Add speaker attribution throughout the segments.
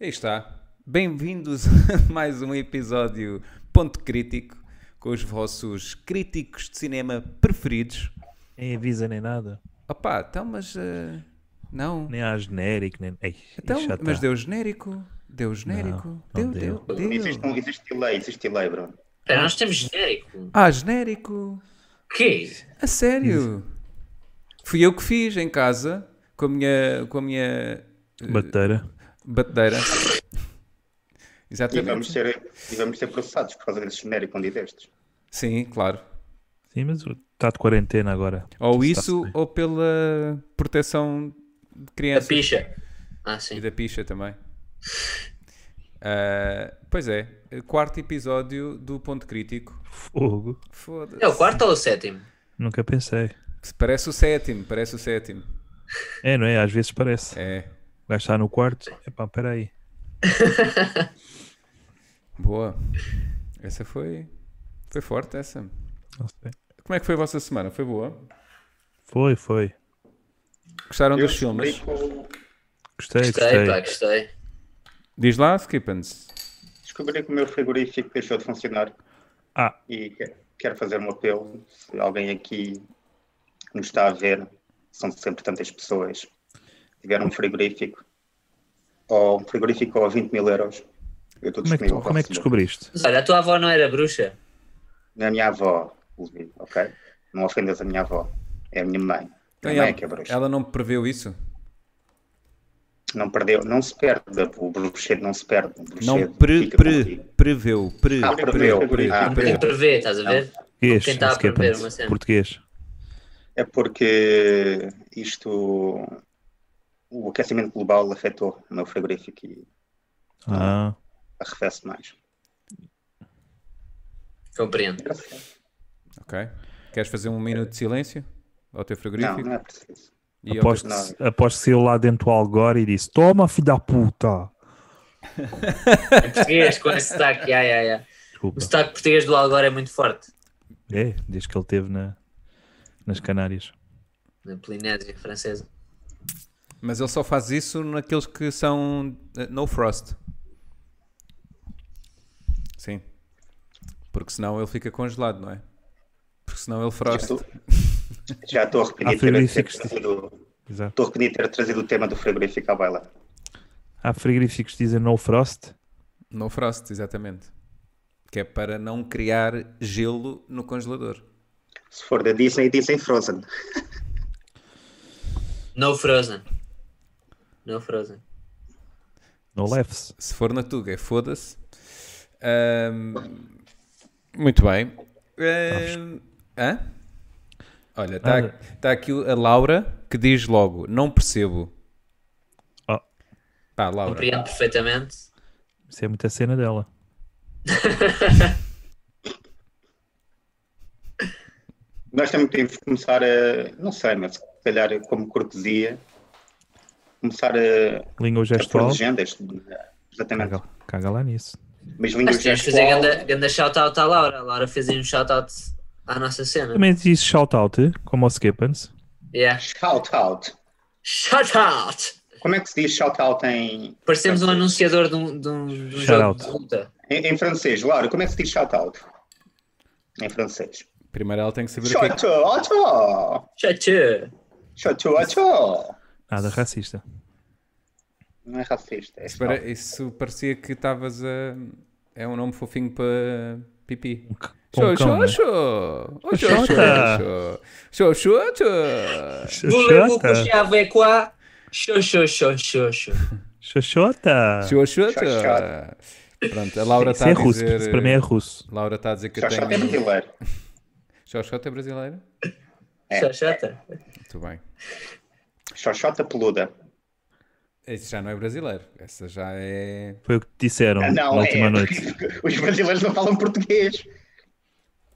Speaker 1: Aí está. Bem-vindos a mais um episódio Ponto Crítico com os vossos críticos de cinema preferidos.
Speaker 2: Nem avisa nem nada.
Speaker 1: Opa, então, mas. eh, não.
Speaker 2: Nem há genérico, nem. Ei,
Speaker 1: Então,
Speaker 2: isto já tá.
Speaker 1: mas deu genérico. Deu genérico.
Speaker 2: não
Speaker 1: deu, deu, deu.
Speaker 3: Existe, um, existe delay, existe delay, Bruno.
Speaker 4: Espera, nós temos genérico.
Speaker 1: Ah, genérico.
Speaker 4: Quê?
Speaker 1: A sério? Fui eu que fiz em casa com a minha, com a minha
Speaker 2: Bateira.
Speaker 1: batedeira.
Speaker 3: E vamos,
Speaker 1: Exatamente.
Speaker 3: ser, e vamos ser processados por causa desse genérico onde destes.
Speaker 1: Sim, claro.
Speaker 2: Sim, mas está de quarentena agora.
Speaker 1: Ou
Speaker 2: Está-se
Speaker 1: isso,
Speaker 2: bem.
Speaker 1: ou pela proteção de
Speaker 4: A
Speaker 1: crianças.
Speaker 4: picha. Ah,
Speaker 1: E
Speaker 4: é sim.
Speaker 1: da picha também. Ah, pois é, quarto episódio do Ponto Crítico.
Speaker 2: Fogo.
Speaker 1: Foda-se.
Speaker 4: É o quarto ou o sétimo?
Speaker 2: Nunca pensei.
Speaker 1: Parece o sétimo, parece o sétimo.
Speaker 2: É, não é? Às vezes parece.
Speaker 1: É,
Speaker 2: O gajo está no quarto. Epá, peraí.
Speaker 1: boa. Essa foi. Foi forte essa.
Speaker 2: Não sei.
Speaker 1: Como é que foi a vossa semana? Foi boa?
Speaker 2: Foi, foi.
Speaker 1: Gostaram
Speaker 3: Eu
Speaker 1: dos filmes?
Speaker 3: descobri que o-
Speaker 2: Gostei,
Speaker 4: Gostei,
Speaker 2: gostei.
Speaker 4: pá, gostei.
Speaker 1: Diz lá, Skippens.
Speaker 3: descobri que o meu frigorífico deixou de funcionar
Speaker 2: Ah,
Speaker 3: e que- quero fazer um apelo. Se alguém aqui nos está a ver, são sempre tantas pessoas. Tiver um frigorífico ou um frigorífico a 20 mil euros, eu estou
Speaker 2: como é que,
Speaker 3: disponível.
Speaker 2: tu- como é que
Speaker 3: para
Speaker 2: descobriste?
Speaker 4: Mas olha, a tua avó não era bruxa?
Speaker 3: receber. Não é a minha avó, Luís, ok? Não ofendas a minha avó. É a minha mãe.
Speaker 2: Então,
Speaker 3: A minha
Speaker 1: ela,
Speaker 3: mãe é que é bruxa.
Speaker 1: ela não preveu isso?
Speaker 3: Não perdeu, não se perde, o bruxedo não se perde. O bruxedo
Speaker 1: Não pre,
Speaker 3: fica
Speaker 1: pre,
Speaker 3: contigo.
Speaker 1: preveu. Pre,
Speaker 3: Ah, preveu, ah,
Speaker 2: É.
Speaker 4: Tem que prever, estás a ver?
Speaker 2: Português.
Speaker 4: Quem está a
Speaker 2: acho que é
Speaker 4: prever
Speaker 2: pan-
Speaker 4: uma cena.
Speaker 2: Português.
Speaker 3: É porque isto, o aquecimento global afetou o meu frigorífico e
Speaker 2: Ah,
Speaker 3: arrefece mais.
Speaker 4: Compreendo.
Speaker 1: Ok. Queres fazer um minuto de silêncio ao teu
Speaker 3: Não,
Speaker 1: frigorífico?
Speaker 3: não é preciso.
Speaker 1: E ao
Speaker 2: aposto, que, se- aposto que saiu lá dentro o Algor e disse: Toma, filho da puta.
Speaker 4: Em português, com esse sotaque, ai, ai, ai.
Speaker 2: Desculpa.
Speaker 4: O sotaque português do Algor é muito forte.
Speaker 2: É, diz que ele teve na, nas Canárias.
Speaker 4: Na Polinésia Francesa.
Speaker 1: teu- Mas ele só faz isso naqueles que são eh, no frost. Sim. Porque senão ele fica congelado, não é? Porque senão ele
Speaker 3: Já
Speaker 1: frost.
Speaker 3: estou, já estou arrependido de ter, ter
Speaker 2: frigoríficos.
Speaker 3: trazido,
Speaker 2: Exato.
Speaker 3: estou arrependido de ter trazido o tema do frigorífico à baila.
Speaker 2: Há frigoríficos que dizem no frost.
Speaker 1: No frost, exatamente. Que é para não criar gelo no congelador.
Speaker 3: Se for da Disney, dizem Frozen.
Speaker 4: No Frozen. No Frozen.
Speaker 2: No lefse.
Speaker 1: Se for na Tuga, é foda-se. Ahm, muito bem. Ahm, hã? Olha, está
Speaker 2: Nada.
Speaker 1: aqui a Laura que diz logo: Não percebo.
Speaker 2: Oh.
Speaker 1: Pá, Laura.
Speaker 4: Compreendo perfeitamente.
Speaker 2: Isso é muita cena dela.
Speaker 3: Nós também podemos começar a, não sei, mas se calhar como cortesia, começar a,
Speaker 2: Língua
Speaker 3: a pôr
Speaker 2: gestual.
Speaker 3: legendas. Exatamente.
Speaker 2: Caga, caga lá nisso.
Speaker 3: Mas
Speaker 4: Mas
Speaker 3: línguas
Speaker 4: temos que fazer ganda, ganda shout-out à Laura. A Laura fez aí um shout-out à nossa cena.
Speaker 2: Também diz shout-out, eh, como ao Skippens.
Speaker 4: Yeah.
Speaker 3: Shout out.
Speaker 4: Shout-out!
Speaker 3: Como é que se diz shout out em,
Speaker 4: Parecemos um anunciador de um, de um- de
Speaker 2: Tá
Speaker 4: um
Speaker 2: Shout
Speaker 4: jogo
Speaker 2: out.
Speaker 4: de luta.
Speaker 3: em, em francês? Laura, como é que se diz shout out? Em francês.
Speaker 1: Primeiro ela tem que saber o que é
Speaker 3: Shout out.
Speaker 4: Tchau,
Speaker 3: Shout out.
Speaker 2: Nada racista.
Speaker 3: Não é racista. É
Speaker 1: que. Espera,
Speaker 3: shout.
Speaker 1: isso parecia que estavas a. É um nome fofinho para pipi.
Speaker 2: Um c-
Speaker 1: Xô,
Speaker 2: um cão, né?
Speaker 1: xô, xô. Oh, xô, xô,
Speaker 2: Xota.
Speaker 1: xô. Xô, xô, xô.
Speaker 2: Xoxota.
Speaker 4: é quoi? Xô, xô, xô, xô, xô.
Speaker 2: Xoxota.
Speaker 1: Xô, xô, xô.
Speaker 3: Xoxota.
Speaker 1: Pronto, a Laura
Speaker 2: Isso
Speaker 1: está
Speaker 2: é
Speaker 1: a
Speaker 2: russo.
Speaker 1: dizer.
Speaker 2: Isso para mim é russo.
Speaker 1: Laura está a dizer que eu
Speaker 3: Shout out é
Speaker 1: tenho.
Speaker 3: brasileiro.
Speaker 1: Xoxota é brasileira?
Speaker 3: É.
Speaker 4: Xoxota.
Speaker 1: Muito bem.
Speaker 3: Xoxota peluda.
Speaker 1: Esse já não é brasileiro. Essa já é.
Speaker 2: Foi o que te disseram
Speaker 3: Ah,
Speaker 2: na
Speaker 3: Não, é.
Speaker 2: última noite.
Speaker 3: Os brasileiros não falam português.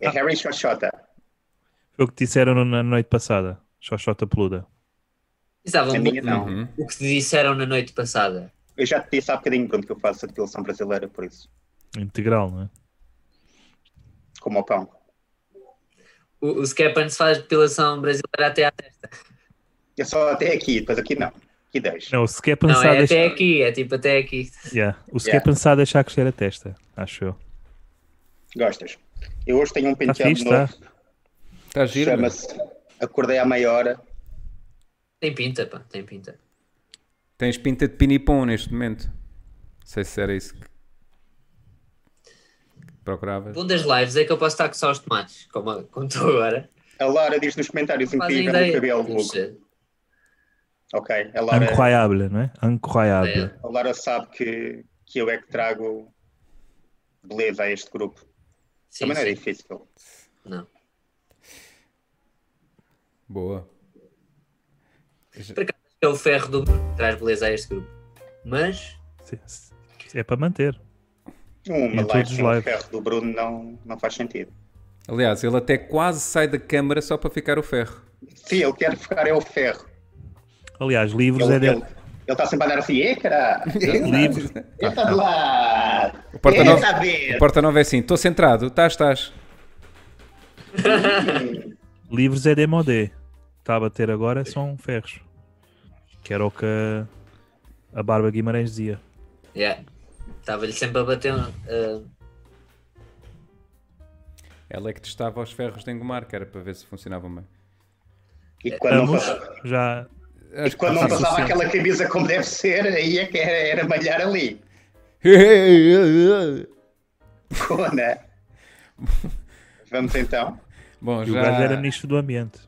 Speaker 1: Ah.
Speaker 3: É Harry Xoxota.
Speaker 2: Foi o que te disseram na noite passada. Xoxota peluda.
Speaker 4: Pensavam
Speaker 3: A minha
Speaker 4: muito
Speaker 3: não.
Speaker 1: Uhum.
Speaker 4: o que te disseram na noite passada.
Speaker 3: Eu já te disse há bocadinho, Bruno, que eu faço a depilação brasileira, por isso.
Speaker 2: Integral, não é?
Speaker 3: Como ao pão.
Speaker 4: O, o Skeppans faz depilação brasileira até à testa.
Speaker 3: É só até aqui, depois aqui não. E 10.
Speaker 2: Não, se quer
Speaker 4: Não,
Speaker 2: pensar.
Speaker 4: é
Speaker 2: deixa-
Speaker 4: até aqui, é tipo até aqui.
Speaker 2: Yeah. O se
Speaker 3: Yeah.
Speaker 2: quer pensar, deixar crescer a testa, acho eu.
Speaker 3: Gostas? Eu hoje tenho um
Speaker 2: Está
Speaker 3: penteado
Speaker 2: Tá fixe, está?
Speaker 3: novo.
Speaker 1: Está é? giro. meu.
Speaker 3: Chama-se Acordei à meia hora.
Speaker 4: Tem pinta, pá, tem pinta.
Speaker 1: Tens pinta de pinipom neste momento. Não sei se era isso que procuravas.
Speaker 4: Um das lives é que eu posso estar com só os tomates, como como estou agora.
Speaker 3: A Lara diz nos comentários
Speaker 4: Fazem
Speaker 3: incrível o
Speaker 4: ideia.
Speaker 3: cabelo
Speaker 4: Não
Speaker 3: Hugo.
Speaker 4: sei.
Speaker 3: Ok,
Speaker 2: Tá
Speaker 3: a Lara,
Speaker 2: Incroyable, não é? Incroyable.
Speaker 4: É.
Speaker 3: a Lara sabe que, que eu é que trago beleza a este grupo.
Speaker 4: Sim,
Speaker 3: Também não é
Speaker 4: sim.
Speaker 3: difícil.
Speaker 4: Não.
Speaker 1: Boa.
Speaker 4: Por acaso é o ferro do Bruno que traz beleza a este grupo. Mas
Speaker 2: Se- se- É para manter.
Speaker 3: Uma
Speaker 2: Em
Speaker 3: live
Speaker 2: todos os
Speaker 3: sem o
Speaker 2: lives.
Speaker 3: ferro do Bruno não, não faz sentido.
Speaker 1: Aliás, ele até quase sai da câmara só para ficar o ferro.
Speaker 3: Sim, ele quer ficar é o ferro.
Speaker 2: Aliás, livros
Speaker 3: Ele um
Speaker 2: é
Speaker 3: ele-
Speaker 2: dele.
Speaker 3: ele está sempre a andar assim, é cara!
Speaker 2: Livros.
Speaker 3: Ele está de lá!
Speaker 1: O Porta
Speaker 3: Ele
Speaker 1: Nova-
Speaker 3: está a ver!
Speaker 1: O Porta Nova é assim, estou centrado, estás, estás.
Speaker 2: Livros é demodé. Está a bater agora, são ferros. Que era o que a, a Barba Guimarães dizia.
Speaker 4: yeah. estava-lhe sempre a bater um, ah,
Speaker 1: Ela é que testava os ferros de engomar, que era para ver se funcionavam bem.
Speaker 3: E quando não
Speaker 2: Vamos,
Speaker 3: passava,
Speaker 2: já.
Speaker 1: Acho
Speaker 3: quando não
Speaker 2: Sim,
Speaker 3: passava
Speaker 2: sim.
Speaker 3: aquela camisa como deve ser, aí é que era, era malhar ali.
Speaker 1: que-
Speaker 3: Cona! Vamos então.
Speaker 1: Bom,
Speaker 2: E o gajo era
Speaker 1: já...
Speaker 2: ministro do Ambiente.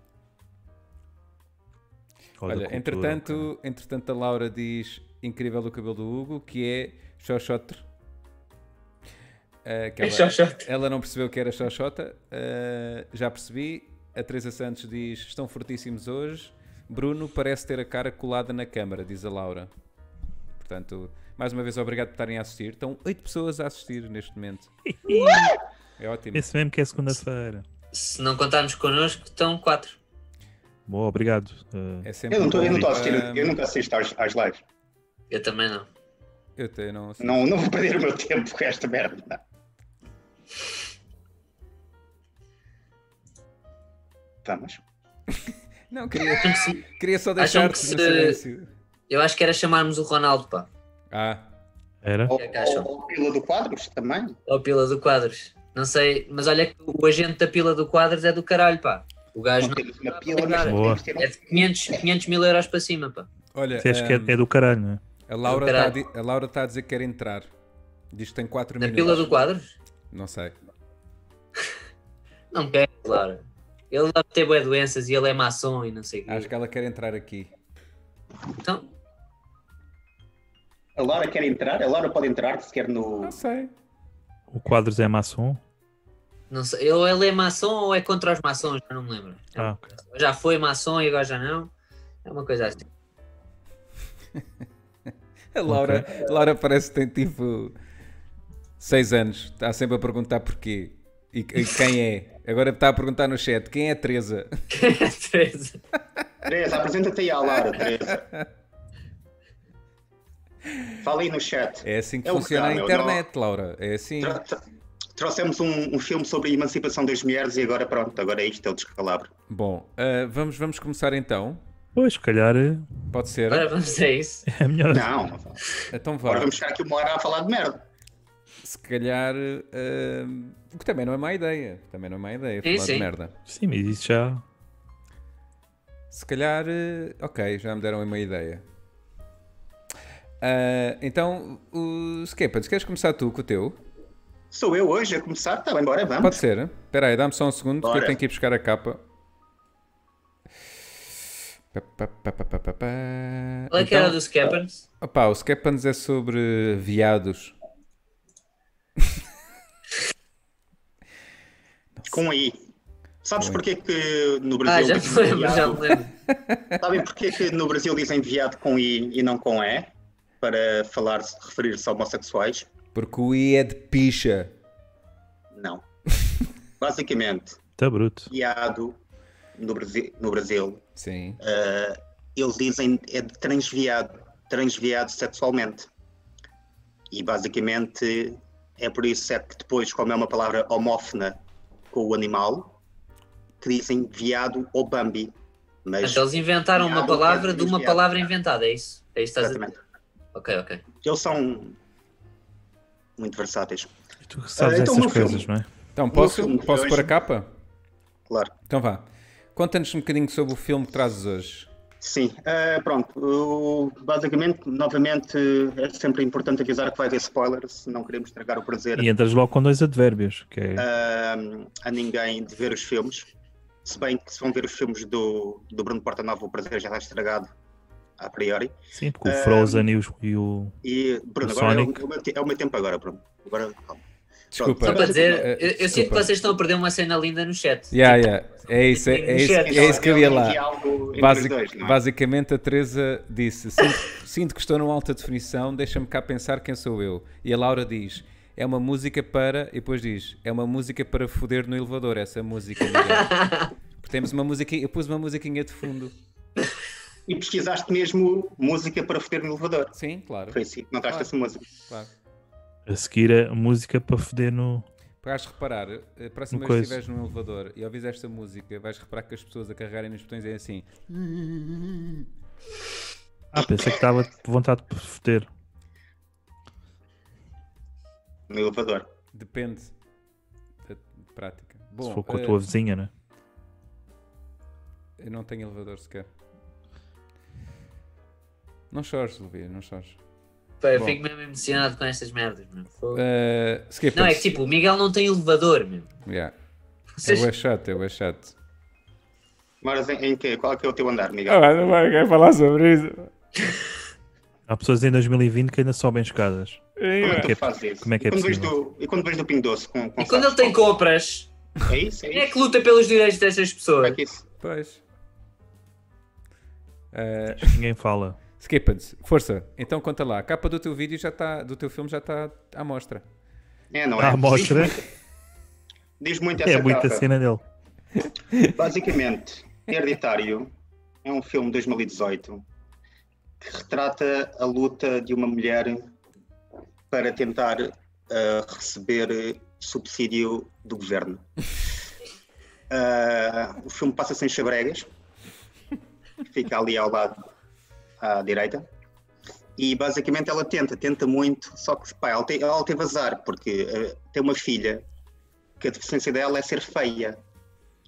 Speaker 2: Ou da
Speaker 1: Olha,
Speaker 2: cultura, ou
Speaker 1: entretanto, entretanto a Laura diz incrível o cabelo do Hugo, que é xoxotre. Ah, que
Speaker 4: É
Speaker 1: ela,
Speaker 4: xoxotre.
Speaker 1: ela não percebeu que era xoxota, ah, já percebi. A Teresa Santos diz, estão fortíssimos hoje. Bruno parece ter a cara colada na câmara, diz a Laura. Portanto, mais uma vez, obrigado por estarem a assistir. Estão oito pessoas a assistir neste momento. É
Speaker 2: caralho.
Speaker 1: ótimo.
Speaker 2: Esse mesmo que é segunda-feira.
Speaker 4: se não contarmos connosco, estão quatro.
Speaker 2: Bom, obrigado. Uh,
Speaker 1: É sempre
Speaker 3: Eu não estou eu não tô a
Speaker 1: bom.
Speaker 3: assistir,
Speaker 1: Ah,
Speaker 3: eu nunca assisto às, às lives.
Speaker 4: Eu também não.
Speaker 1: eu te- não assisto.
Speaker 3: Não, não vou perder o meu tempo com esta merda. não. Vamos.
Speaker 1: Não, queria,
Speaker 4: Acham que se-
Speaker 1: queria só deixar-te
Speaker 4: se-
Speaker 1: no silêncio.
Speaker 4: Eu acho que era chamarmos o Ronaldo, pá.
Speaker 1: Ah,
Speaker 2: era?
Speaker 3: Ou,
Speaker 4: que é que acham?
Speaker 3: ou, ou Pila do Quadros também.
Speaker 4: Ou a pila do quadros. Não sei, mas olha que o agente da pila do quadros é do caralho, pá. O
Speaker 3: Não
Speaker 4: gajo não.
Speaker 3: temos uma pila, mas
Speaker 4: Boa.
Speaker 3: temos ter um
Speaker 4: É de 500, 500 mil euros para cima, pá.
Speaker 1: olha,
Speaker 2: Se acho que
Speaker 1: ahm,
Speaker 2: é, é do caralho, não é?
Speaker 1: a, Laura
Speaker 4: do
Speaker 1: está a,
Speaker 4: caralho.
Speaker 1: di- a Laura está a dizer que quer entrar. Diz que tem 4
Speaker 4: Na
Speaker 1: minutos.
Speaker 4: pila do quadros?
Speaker 1: Não sei.
Speaker 4: Não quer, claro. Ele deve ter boas doenças e ele é maçom e não sei o quê.
Speaker 1: Acho que ela quer entrar aqui.
Speaker 4: Então,
Speaker 3: A Laura quer entrar? A Laura pode entrar se quer no.
Speaker 1: Não sei.
Speaker 2: O Quadros é maçom?
Speaker 4: não sei. Ou ele é maçom ou é contra os maçons, já não me lembro. É
Speaker 2: Ah,
Speaker 4: uma
Speaker 2: ok.
Speaker 4: coisa- Já foi maçom e agora já não. É uma coisa assim.
Speaker 1: A Laura, a Laura parece que tem tipo 6 anos. Está sempre a perguntar porquê. E, e quem é? Agora está a perguntar no chat. Quem é a Teresa?
Speaker 4: Teresa.
Speaker 3: Teresa, apresenta-te aí à Laura, Teresa. Fala aí no chat.
Speaker 1: É assim que
Speaker 3: É o que
Speaker 1: funciona
Speaker 3: dá,
Speaker 1: a
Speaker 3: meu,
Speaker 1: internet, Laura. É assim.
Speaker 3: Tro- tro- Trouxemos um, um filme sobre a emancipação das mulheres e agora pronto, agora isto é o descalabro.
Speaker 1: Bom, ah, vamos, vamos começar então.
Speaker 2: Pois, se calhar é
Speaker 1: Pode ser.
Speaker 4: Agora vamos a isso.
Speaker 2: é melhor.
Speaker 3: Não, não fala.
Speaker 1: Então vá.
Speaker 3: agora vamos ficar aqui uma hora a falar de merda.
Speaker 1: Se calhar. ah, o que também não é má ideia. Também não é má ideia.
Speaker 4: Sim,
Speaker 1: falar de
Speaker 4: sim.
Speaker 1: merda.
Speaker 2: Sim, mas isso já.
Speaker 1: Se calhar, eh, ok, já me deram uma ideia. Ah, então, o Skepans, queres começar tu com o teu?
Speaker 3: Sou eu hoje a começar? Tá bem, bora, vamos.
Speaker 1: Pode ser. Espera aí, dá-me só um segundo que eu
Speaker 3: Bora.
Speaker 1: tenho que ir buscar a capa. Pá, pá, pá, pá, pá, pá, pá.
Speaker 4: Qual é que era
Speaker 1: Então,
Speaker 4: do Scappers?
Speaker 1: opá, o Skepans é sobre viados.
Speaker 3: Com aí. Sabes
Speaker 1: Com
Speaker 3: porquê que no
Speaker 4: Ah,
Speaker 3: Brasil
Speaker 4: já me lembro, já me
Speaker 3: viado,
Speaker 4: lembro.
Speaker 3: Sabem porquê que no Brasil dizem viado com i e não com e? Para falar, referir-se a homossexuais?
Speaker 1: Porque o I é de picha.
Speaker 3: Não. Basicamente,
Speaker 2: Está bruto.
Speaker 3: viado no Brasil, no Brasil
Speaker 1: Sim.
Speaker 3: eles dizem é de transviado, transviado sexualmente. E basicamente é por isso é que depois, como é uma palavra homófona com o animal, que dizem viado ou bambi, Mas,
Speaker 4: Então eles inventaram uma
Speaker 3: Miado, quer
Speaker 4: palavra de
Speaker 3: dizer
Speaker 4: uma
Speaker 3: miado.
Speaker 4: palavra inventada, é isso? É isso que estás a dizer?
Speaker 3: exatamente.
Speaker 4: Ok, ok.
Speaker 3: Eles são muito versáteis,
Speaker 2: E tu sabes
Speaker 3: Ah, então o
Speaker 2: essas
Speaker 3: meu
Speaker 2: coisas, não é?
Speaker 1: Então, posso,
Speaker 3: filme de
Speaker 1: posso
Speaker 3: hoje-
Speaker 1: pôr a capa?
Speaker 3: claro.
Speaker 1: Então vá. Conta-nos um bocadinho sobre o filme que trazes hoje.
Speaker 3: Sim, eh, pronto. o- basicamente, novamente, eh, é sempre importante avisar que vai haver spoilers, não queremos estragar o prazer
Speaker 2: E entras logo com dois advérbios, que é
Speaker 3: ahm, a ninguém de ver os filmes. Se bem que se vão ver os filmes do, do Bruno Porta Nova, o prazer já está estragado a priori.
Speaker 2: sim, porque o Frozen e, os, e o.
Speaker 3: E, Bruno,
Speaker 2: O
Speaker 3: agora é o,
Speaker 2: Sonic.
Speaker 3: é o meu, te- é o meu tempo agora, Bruno. Agora, calma.
Speaker 1: Desculpa.
Speaker 4: Só para
Speaker 1: Eh,
Speaker 4: dizer, eu, eu sinto que
Speaker 1: desculpa.
Speaker 4: vocês estão a perder uma cena linda no chat.
Speaker 1: Yeah, yeah. É isso, é, é isso, é isso que eu ia lá.
Speaker 3: um Diálogo entre
Speaker 1: Basic-
Speaker 3: os dois, não é?
Speaker 1: basicamente, a Teresa disse: sinto, sinto que estou numa alta definição, deixa-me cá pensar quem sou eu. E a Laura diz: É uma música para. E depois diz: É uma música para foder no elevador, essa música. Miguel." Porque temos uma musiquinha. Eu pus uma musiquinha de fundo.
Speaker 3: E pesquisaste mesmo música para foder no elevador.
Speaker 1: Sim, claro.
Speaker 3: Foi assim, que não traste
Speaker 1: Claro.
Speaker 3: essa música.
Speaker 1: claro.
Speaker 2: A seguir a música para foder no.
Speaker 1: Porque has de reparar, eh, a próxima vez que
Speaker 2: Uma coisa.
Speaker 1: estiveres num elevador e ouvires esta música, vais reparar que as pessoas a carregarem nos botões assim, é assim.
Speaker 2: Ah, pensei que estava de vontade de foder.
Speaker 3: No elevador.
Speaker 1: Depende da prática. Bom,
Speaker 2: Se for com a
Speaker 1: eh,
Speaker 2: tua vizinha, né?
Speaker 1: eu não tenho elevador sequer. Não chores, Luvia, não chores.
Speaker 4: Pá, eu
Speaker 1: Bom.
Speaker 4: fico mesmo emocionado com estas merdas, meu. Fogo.
Speaker 1: Eh, skippers.
Speaker 4: Não, é que tipo, o Miguel não tem elevador, meu.
Speaker 1: Yeah. É
Speaker 4: Vocês...
Speaker 1: bué chato, é bué chato.
Speaker 3: Moras em, em quê? Qual é que é o teu andar, Miguel?
Speaker 1: Ah, não vai querer falar sobre isso.
Speaker 2: Há pessoas em 2020 que ainda sobem escadas.
Speaker 3: Como é
Speaker 2: Como é
Speaker 3: que
Speaker 2: que é-
Speaker 3: tu fazes isso?
Speaker 2: como é que
Speaker 3: E
Speaker 2: é
Speaker 3: quando vens
Speaker 2: possível?
Speaker 3: do, e quando vens do Pingo Doce com, com
Speaker 4: E quando ele
Speaker 3: sacos?
Speaker 4: tem compras,
Speaker 3: É isso?
Speaker 4: quem
Speaker 3: É
Speaker 4: é que
Speaker 3: isso?
Speaker 4: luta pelos direitos destas
Speaker 3: Como
Speaker 4: pessoas?
Speaker 3: é que é isso?
Speaker 1: Pois. Eh,
Speaker 2: Ninguém fala.
Speaker 1: Skippers, força. Então conta lá. A capa do teu vídeo já está, do teu filme já está à mostra.
Speaker 3: É, não é?
Speaker 2: A amostra
Speaker 3: Diz muito- Diz muito essa
Speaker 2: é muita
Speaker 3: capa.
Speaker 2: cena dele.
Speaker 3: Basicamente, Hereditário é um filme de 2018 que retrata a luta de uma mulher para tentar eh, receber eh, subsídio do governo. Ah, o filme passa-se em Chabregas, fica ali ao lado à direita, e basicamente ela tenta, tenta muito, só que pá, ela, te- ela teve azar, porque eh, tem uma filha que a deficiência dela é ser feia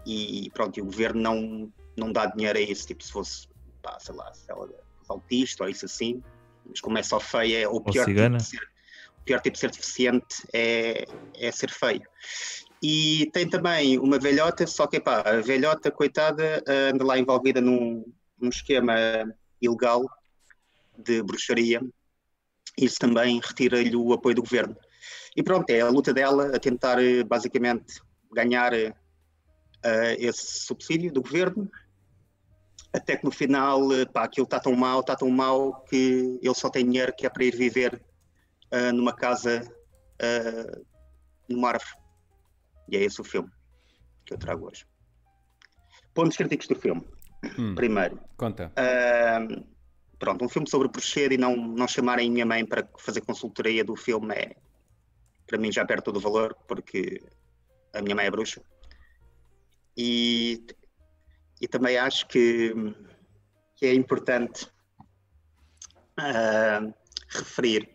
Speaker 3: e pronto, e o governo não, não dá dinheiro a isso, tipo, se fosse, pá, sei lá, se ela fosse autista ou isso assim, mas como é só feia, é o pior tipo
Speaker 2: cigana.
Speaker 3: de ser, o pior tipo de ser deficiente é, é ser feio. E tem também uma velhota, só que pá, a velhota, coitada, eh, anda lá envolvida num, num esquema ilegal de bruxaria. Isso também retira-lhe o apoio do governo. E pronto, é a luta dela a tentar eh, basicamente ganhar eh, eh, esse subsídio do governo, até que no final, eh, pá, aquilo está tão mal, está tão mal que ele só tem dinheiro que é para ir viver eh, numa casa eh, numa árvore. E é esse o filme que eu trago hoje. Pontos críticos do filme.
Speaker 1: Hum,
Speaker 3: Primeiro,
Speaker 1: conta.
Speaker 3: Ahm, pronto, um filme sobre bruxedo e não, não chamarem a minha mãe para fazer consultoria do filme é, para mim, já perde todo o valor, porque a minha mãe é bruxa. E, e também acho que, que é importante ahm, referir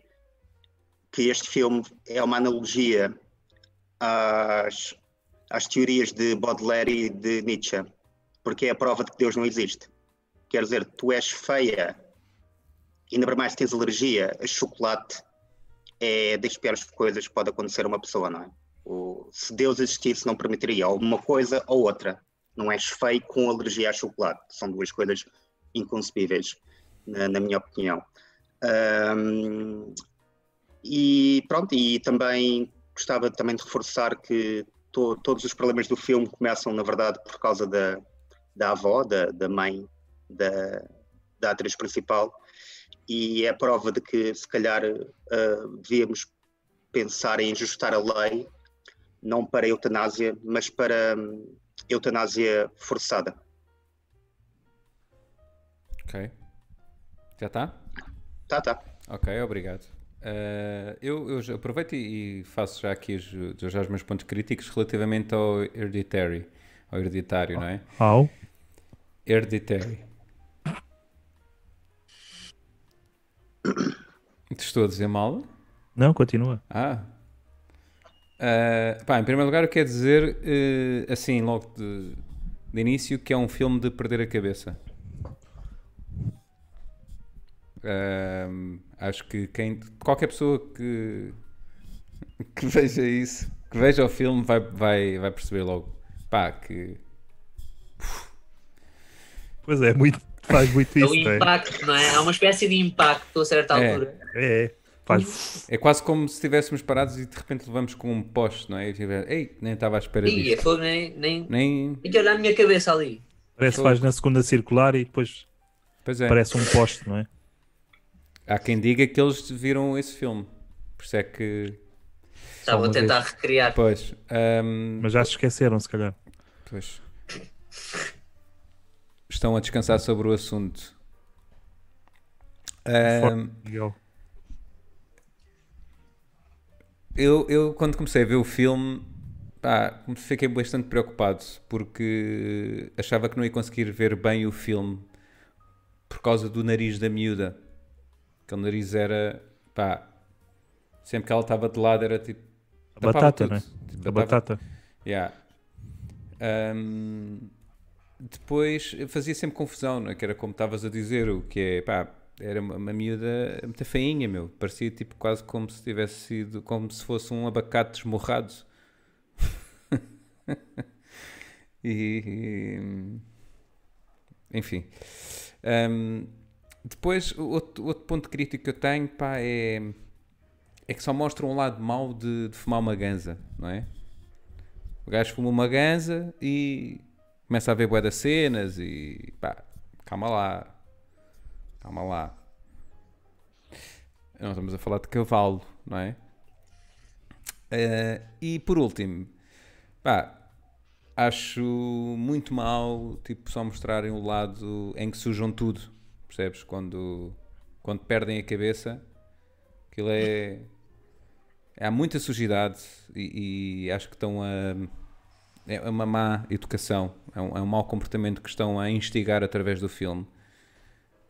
Speaker 3: que este filme é uma analogia às, às teorias de Baudelaire e de Nietzsche, porque é a prova de que Deus não existe quer dizer, tu és feia, ainda para mais tens alergia a chocolate, é das piores coisas que pode acontecer a uma pessoa, não é? O- se Deus existisse, não permitiria ou uma coisa ou outra. Não és feio com alergia a chocolate. São duas coisas inconcebíveis, na, na minha opinião. Ahm, e pronto, e também gostava também de reforçar que to- todos os problemas do filme começam, na verdade, por causa da, da avó, da, da mãe da, da atriz principal e é prova de que se calhar eh, devíamos pensar em ajustar a lei não para a eutanásia, mas para hum, eutanásia forçada.
Speaker 1: Ok. Já está?
Speaker 3: Tá, tá.
Speaker 1: Ok, obrigado. Eh, eu, eu já aproveito e, e faço já aqui os, já os meus pontos críticos relativamente ao hereditário, ao hereditário, não é?
Speaker 2: Au.
Speaker 1: Hereditary. Te estou a dizer mal?
Speaker 2: Não, continua.
Speaker 1: Ah. Ah, pá, em primeiro lugar, eu quero dizer, eh, assim, logo de, de início, que é um filme de perder a cabeça. Ahm, Eh, acho que quem, qualquer pessoa que, que veja isso, que veja o filme, vai, vai, vai perceber logo. Pá, que
Speaker 2: Pois é, muito, faz muito
Speaker 4: É o
Speaker 2: isso, não é?
Speaker 4: impacto, não é? Há uma espécie de impacto a certa
Speaker 1: É.
Speaker 4: altura.
Speaker 2: É, faz.
Speaker 1: é quase como se estivéssemos parados e de repente levamos com um poste, não é? E tiver, Ei, nem estava à espera
Speaker 4: Ih,
Speaker 1: disto.
Speaker 4: é fogo, nem. nem...
Speaker 1: Nem.
Speaker 4: Tem que olhar a minha cabeça ali.
Speaker 2: Parece que faz na segunda circular e depois
Speaker 1: Pois é.
Speaker 2: parece um poste, não é?
Speaker 1: Há quem diga que eles viram esse filme. Por isso é que.
Speaker 4: Estavam a
Speaker 1: uma
Speaker 4: tentar recriar.
Speaker 1: Pois. ahm,
Speaker 2: Mas já se esqueceram, se calhar.
Speaker 1: pois. Estão a descansar sobre o assunto. Ahm,
Speaker 2: Miguel.
Speaker 1: eu, eu, quando comecei a ver o filme, pá, fiquei bastante preocupado porque achava que não ia conseguir ver bem o filme por causa do nariz da miúda. Que o nariz era, pá, sempre que ela estava de lado era tipo.
Speaker 2: A
Speaker 1: tapava
Speaker 2: batata,
Speaker 1: tudo.
Speaker 2: não é?
Speaker 1: Tipo,
Speaker 2: A
Speaker 1: tapava-
Speaker 2: batata.
Speaker 1: Yeah. Ahm, depois fazia sempre confusão, não é? que era como estavas a dizer, o que é pá, era uma, uma miúda muito feinha, meu. Parecia tipo quase como se tivesse sido, como se fosse um abacate esmorrado. e, e- enfim. Ahm, depois, o outro, outro ponto crítico que eu tenho pá, é, é que só mostra um lado mau de- de fumar uma ganza, não é? O gajo fuma uma ganza e começa a ver bué das cenas e pá, calma lá. Calma lá. Não estamos a falar de cavalo, não é? Eh, e por último, pá, acho muito mal tipo, só mostrarem o lado em que sujam tudo, percebes? Quando, quando perdem a cabeça, aquilo é há muita sujidade e, e acho que estão a. É uma má educação, é um, é um mau comportamento que estão a instigar através do filme.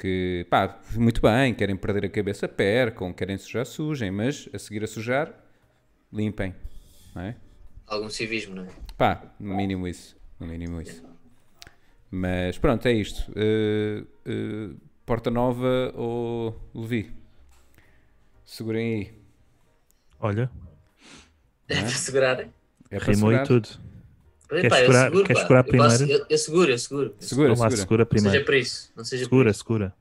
Speaker 1: Que, pá, muito bem, querem perder a cabeça, percam, querem sujar, sujem, mas a seguir a sujar, limpem. Não é?
Speaker 4: Algum civismo, não é?
Speaker 1: Pá, no mínimo isso. No mínimo isso. Mas pronto, é isto. Uh, uh, Porta Nova ou Levi? Segurem aí.
Speaker 2: Olha,
Speaker 4: É para segurar. é?
Speaker 1: É para
Speaker 2: rimou e
Speaker 1: segurar?
Speaker 2: tudo.
Speaker 4: Mas,
Speaker 2: Queres
Speaker 4: pá, eu
Speaker 2: segurar-
Speaker 4: seguro,
Speaker 2: queres
Speaker 4: pá.
Speaker 2: segurar
Speaker 4: Eu posso-
Speaker 2: primeiro?
Speaker 4: Eu, eu seguro, eu seguro.
Speaker 1: Segura,
Speaker 2: Vamos lá,
Speaker 1: segura.
Speaker 2: segura
Speaker 4: Não seja
Speaker 2: primeiro.
Speaker 4: por isso. Não seja por
Speaker 2: Segura,
Speaker 4: isso.
Speaker 2: segura.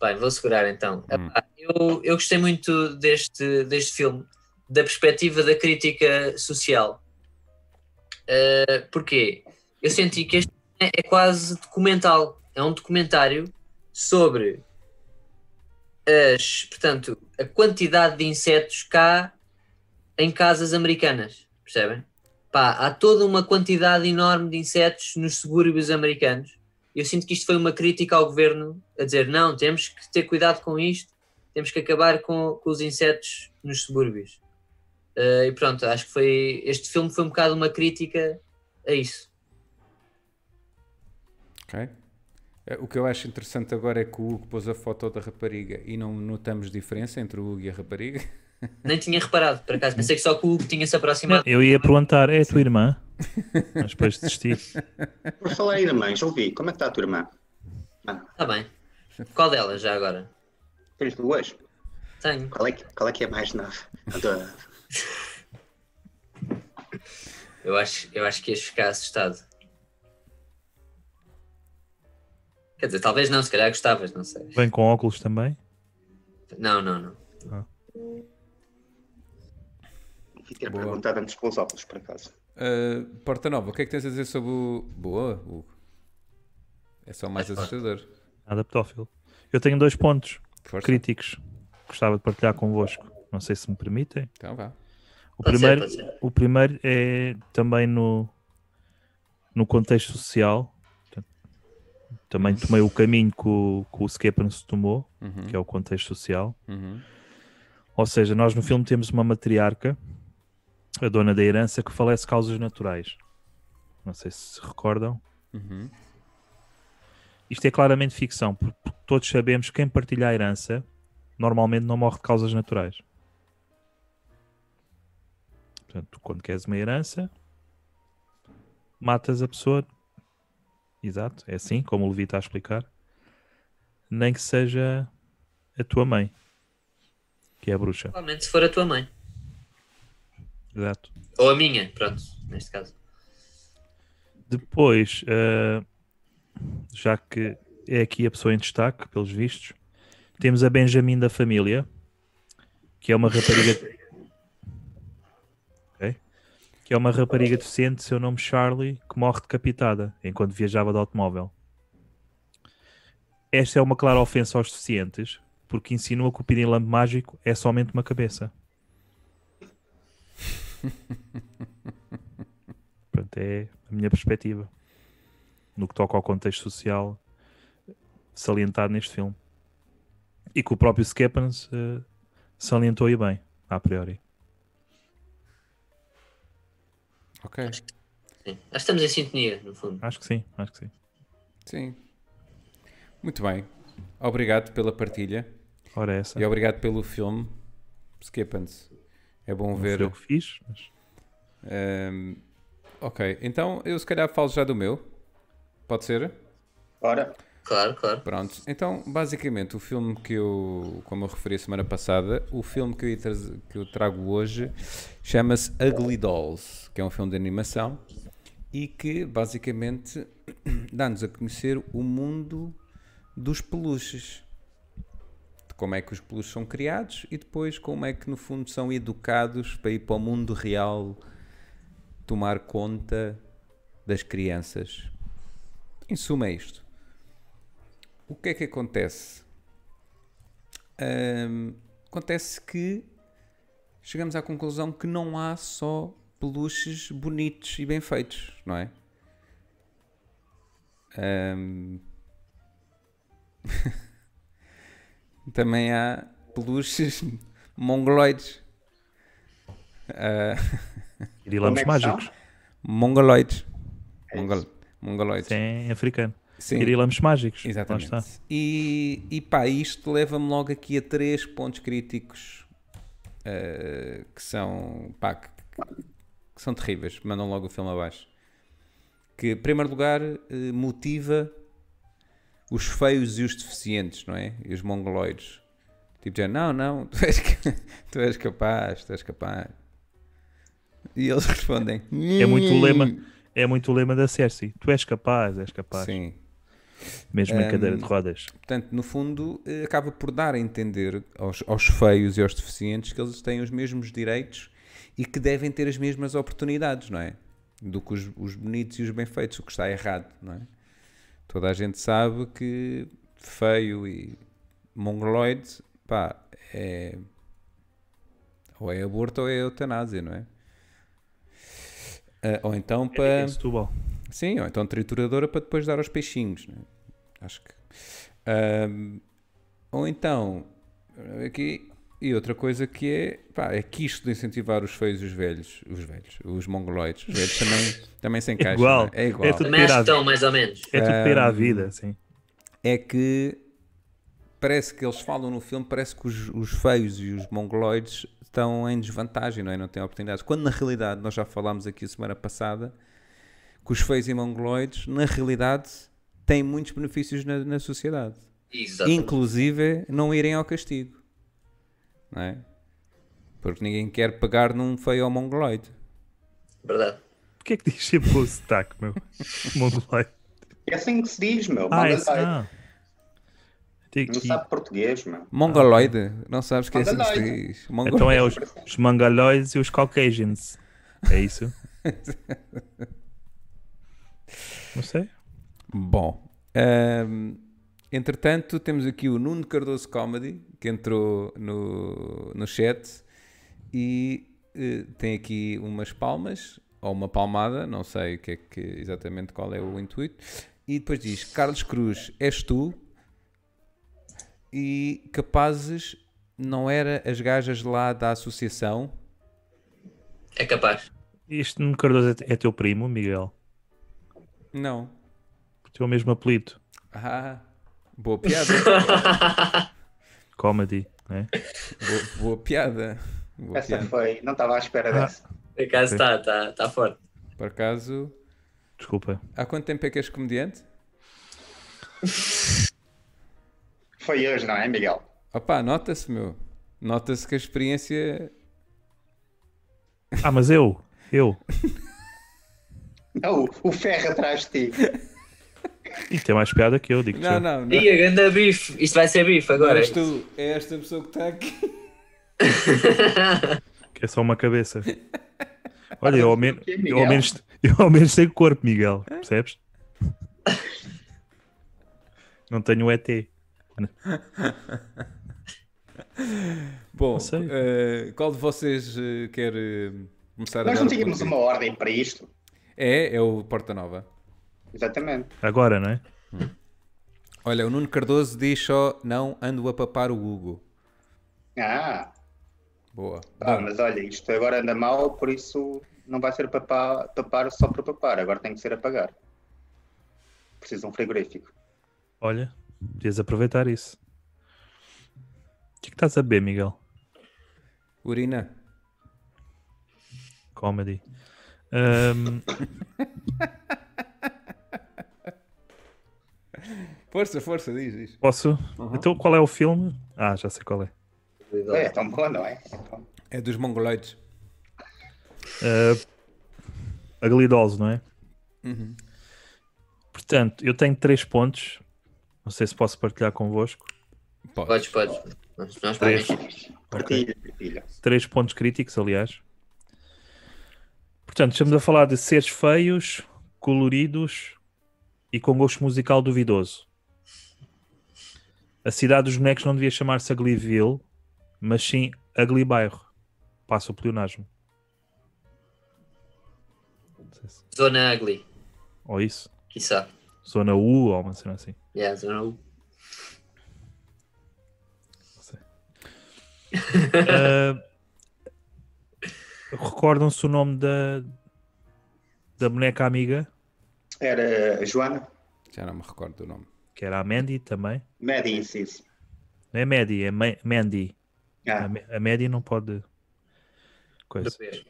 Speaker 4: Bem, vou segurar então. Epá, Eu, eu gostei muito deste, deste filme, da perspectiva da crítica social. Uh, porquê? Eu senti que este é é quase documental. É um documentário sobre as, portanto, a quantidade de insetos cá em casas americanas. Percebem? Pá, há toda uma quantidade enorme de insetos nos subúrbios americanos eu sinto que isto foi uma crítica ao governo a dizer não, temos que ter cuidado com isto, temos que acabar com, com os insetos nos subúrbios. Eh, e pronto, acho que foi este filme foi um bocado uma crítica a isso.
Speaker 1: Ok. Eh, O que eu acho interessante agora é que o Hugo pôs a foto da rapariga e não notamos diferença entre o Hugo e a rapariga.
Speaker 4: Nem tinha reparado, por acaso, pensei que só que o Hugo tinha se aproximado.
Speaker 2: Eu ia perguntar, é a tua irmã? Mas depois desisti.
Speaker 3: Por falar em irmãs, ouvi, como é que está a tua irmã? Ah,
Speaker 4: Está Tá bem. Qual delas já agora?
Speaker 3: tens duas?
Speaker 4: Tenho.
Speaker 3: Qual é que, qual é, que é mais nova? A da-
Speaker 4: Eu acho, eu acho que ias ficar assustado. Quer dizer, talvez não, se calhar gostavas, não sei.
Speaker 2: Vem com óculos também.
Speaker 4: Não, não, não.
Speaker 3: Devia ter
Speaker 1: Boa.
Speaker 3: perguntado antes pelos óculos, por acaso.
Speaker 1: Eh, Porta Nova, o que é que tens a dizer sobre o. Boa, Hugo. É só mais assustador.
Speaker 2: Nada pedófilo. Eu tenho dois pontos
Speaker 1: Força.
Speaker 2: críticos. Gostava de partilhar convosco. Não sei se me permitem.
Speaker 1: Então vá.
Speaker 2: O
Speaker 4: Pode ser,
Speaker 2: primeiro,
Speaker 4: pode ser.
Speaker 2: o primeiro é também no, no contexto social. Também tomei o caminho que o, que o Skeppen se tomou,
Speaker 4: Uhum.
Speaker 2: que é o contexto social.
Speaker 1: Uhum.
Speaker 2: Ou seja, nós no filme temos uma matriarca, a dona da herança, que falece causas naturais. Não sei se se recordam.
Speaker 1: Uhum.
Speaker 2: isto é claramente ficção, porque todos sabemos que quem partilha a herança normalmente não morre de causas naturais. Portanto, tu, quando queres uma herança, matas a pessoa. Exato, é assim, como o Levi está a explicar. Nem que seja a tua mãe, que é a bruxa.
Speaker 4: Provavelmente se for a tua mãe.
Speaker 2: Exato.
Speaker 4: Ou a minha, pronto, neste caso.
Speaker 2: Depois, eh, já que é aqui a pessoa em destaque, pelos vistos, temos a Benjamin da família, que é uma rapariga. Ok? Que é uma rapariga deficiente, seu nome Charlie, que morre decapitada enquanto viajava de automóvel. Esta é uma clara ofensa aos deficientes, porque insinua que o pirilampo mágico é somente uma cabeça. Pronto, é a minha perspectiva no que toca ao contexto social salientado neste filme. E que o próprio Skeppens eh, salientou e bem, a priori.
Speaker 1: Ok.
Speaker 4: Sim. Acho que estamos em sintonia, no fundo.
Speaker 2: Acho que sim, acho que sim.
Speaker 1: Sim. Muito bem. Obrigado pela partilha
Speaker 2: Ora, essa.
Speaker 1: e obrigado pelo filme. Skippens. É bom
Speaker 2: Não
Speaker 1: ver.
Speaker 2: fui eu que fiz, mas
Speaker 1: Ahm, ok, então eu se calhar falo já do meu. Pode ser?
Speaker 3: Ora,
Speaker 4: Claro, claro.
Speaker 1: Pronto. Então, basicamente, o filme que eu, como eu referi a semana passada, o filme que eu, ia trazer- que eu trago hoje chama-se Ugly Dolls, que é um filme de animação e que basicamente dá-nos a conhecer o mundo dos peluches. De como é que os peluches são criados e depois como é que, no fundo, são educados para ir para o mundo real tomar conta das crianças. Em suma, é isto. O que é que acontece? Ahm, acontece que chegamos à conclusão que não há só peluches bonitos e bem feitos, não é? Ahm. Também há peluches mongoloides.
Speaker 3: Como
Speaker 2: pirilampos
Speaker 3: é que são?
Speaker 2: mágicos.
Speaker 1: Mongoloides. Mongol, mongoloides.
Speaker 2: Isso é em africano.
Speaker 1: Sim.
Speaker 2: Pirilampos mágicos. Lá
Speaker 1: Exatamente.
Speaker 2: está.
Speaker 1: E, e pá, isto leva-me logo aqui a três pontos críticos eh, que são pá, que, que são terríveis, mandam logo o filme abaixo. Que, em primeiro lugar, eh, motiva os feios e os deficientes, não é? E os mongoloides. Tipo, já, não, não, tu és, ca- tu és capaz, tu és capaz. E eles respondem,
Speaker 2: É muito o lema, é muito o lema da Cersei. Tu és capaz, és capaz.
Speaker 1: Sim,
Speaker 2: Mesmo em cadeira de rodas.
Speaker 1: Portanto, no fundo, eh, acaba por dar a entender aos, aos feios e aos deficientes que eles têm os mesmos direitos e que devem ter as mesmas oportunidades, não é? Do que os, os bonitos e os bem feitos, o que está errado, não é? Toda a gente sabe que feio e mongoloide, pá, é. Ou é aborto ou é eutanásia, não é? Ah, ou então para.
Speaker 2: É em Setúbal.
Speaker 1: Sim, ou então trituradora para depois dar aos peixinhos, né? acho que. Ahm, ou então, aqui, e outra coisa que é, pá, é que isto de incentivar os feios e os velhos, os velhos, os mongoloides, os velhos também, também se encaixam,
Speaker 2: igual.
Speaker 1: não é? é igual,
Speaker 2: É tudo-
Speaker 4: Também acho que
Speaker 2: Pirata.
Speaker 4: estão, mais ou menos.
Speaker 2: É tudo para ir à vida, sim.
Speaker 1: é que parece que eles falam no filme, parece que os, os feios e os mongoloides estão em desvantagem, não é? Não têm oportunidades. Quando na realidade, nós já falámos aqui a semana passada, que os feios e mongoloides, na realidade, têm muitos benefícios na, na sociedade.
Speaker 4: Exatamente.
Speaker 1: Inclusive, não irem ao castigo. Não é? Porque ninguém quer pegar num feio ou mongoloide.
Speaker 4: Verdade.
Speaker 2: Porquê é que diz sempre com o sotaque, meu? Mongolai.
Speaker 3: é assim que se diz, meu.
Speaker 2: Ah,
Speaker 3: Manda
Speaker 2: esse
Speaker 3: lá.
Speaker 2: não. Tem
Speaker 3: Não
Speaker 2: que-
Speaker 3: sabe português, meu.
Speaker 1: Mongoloide? Não sabes o que é assim que se diz.
Speaker 3: Mongoloide.
Speaker 1: Mongoloide.
Speaker 2: Então é os, os mongoloides e os caucasians. É isso? Não sei.
Speaker 1: Bom, ahm, entretanto, temos aqui o Nuno Cardoso Comedy que entrou no, no chat e eh, tem aqui umas palmas ou uma palmada, não sei o que é que, exatamente qual é o intuito. E depois diz: Carlos Cruz, és tu? E capazes não era as gajas lá da associação?
Speaker 4: É capaz.
Speaker 2: Este Nuno Cardoso é, é teu primo, Miguel.
Speaker 1: Não.
Speaker 2: Teu mesmo apelido.
Speaker 1: Ah, boa piada.
Speaker 2: Comedy, né?
Speaker 1: boa, boa piada. Boa
Speaker 3: Essa
Speaker 1: piada.
Speaker 3: foi. Não estava à espera dessa.
Speaker 4: Por acaso está, está, está forte.
Speaker 1: Por acaso,
Speaker 2: Desculpa.
Speaker 1: há quanto tempo é que és comediante?
Speaker 3: Foi hoje, não é, Miguel?
Speaker 1: Opa, nota-se, meu. Nota-se que a experiência.
Speaker 2: Ah, mas eu, eu.
Speaker 3: Não, Então, o ferro atrás de ti.
Speaker 2: E tem mais piada que eu, digo
Speaker 1: Não, não, não.
Speaker 4: Ih, a grande bife. Isto vai ser bife agora.
Speaker 1: és tu, é esta pessoa que está aqui.
Speaker 2: que é só uma cabeça. Olha, eu ao, men-
Speaker 3: quê,
Speaker 2: eu
Speaker 3: Miguel?
Speaker 2: ao menos eu ao menos tenho corpo, Miguel, percebes? Não tenho ET.
Speaker 1: Bom,
Speaker 2: sei.
Speaker 1: eh, qual de vocês eh, quer eh, começar a
Speaker 3: Nós
Speaker 1: dar
Speaker 3: não
Speaker 1: o
Speaker 3: tínhamos
Speaker 1: pontapé?
Speaker 3: uma ordem para isto.
Speaker 1: É, é o Porta Nova.
Speaker 3: Exatamente.
Speaker 2: Agora, não é?
Speaker 1: Olha, o Nuno Cardoso diz só não ando a papar o Hugo.
Speaker 3: Ah,
Speaker 1: Boa.
Speaker 3: pá,
Speaker 1: Bom,
Speaker 2: Ah.
Speaker 3: Ah, mas olha, isto agora anda mal, por isso não vai ser papar, papar só para papar. Agora tem que ser apagar. Preciso de um frigorífico.
Speaker 2: Olha, podias aproveitar isso. O que é que estás a beber, Miguel?
Speaker 1: Urina.
Speaker 2: Comedy. Ahm,
Speaker 1: Força, força, diz, diz.
Speaker 2: posso? Então, qual é o filme? Ah, já sei qual é.
Speaker 3: É, é tão bom, não é? É tão-
Speaker 1: É dos mongoloides.
Speaker 2: Ah, a Glidoso, não é? Portanto, eu tenho três pontos. Não sei se posso partilhar convosco.
Speaker 1: Podes.
Speaker 4: Podes, podes. Nós, nós
Speaker 2: Três.
Speaker 4: podemos.
Speaker 3: Partilha, partilha.
Speaker 2: três pontos críticos, aliás. Portanto, estamos a falar de seres feios, coloridos e com gosto musical duvidoso. A cidade dos bonecos não devia chamar-se Agliville, mas sim Agli Bairro. Passa o pleonasmo. Não sei se-
Speaker 4: Zona Ugly.
Speaker 2: Ou isso.
Speaker 4: Quiçá.
Speaker 2: Zona U ou uma cena assim.
Speaker 4: Yeah, zona U.
Speaker 2: Não sei. Ah, Recordam-se o nome da, da boneca amiga?
Speaker 3: Era Joana?
Speaker 1: Já não me recordo do nome.
Speaker 2: que era a Mandy também.
Speaker 3: Medi, isso, isso.
Speaker 2: Não é Mandy, é Ma- Mandy.
Speaker 3: Ah,
Speaker 2: A, Ma- a Mandy não pode. Coisa.
Speaker 4: Outra vez.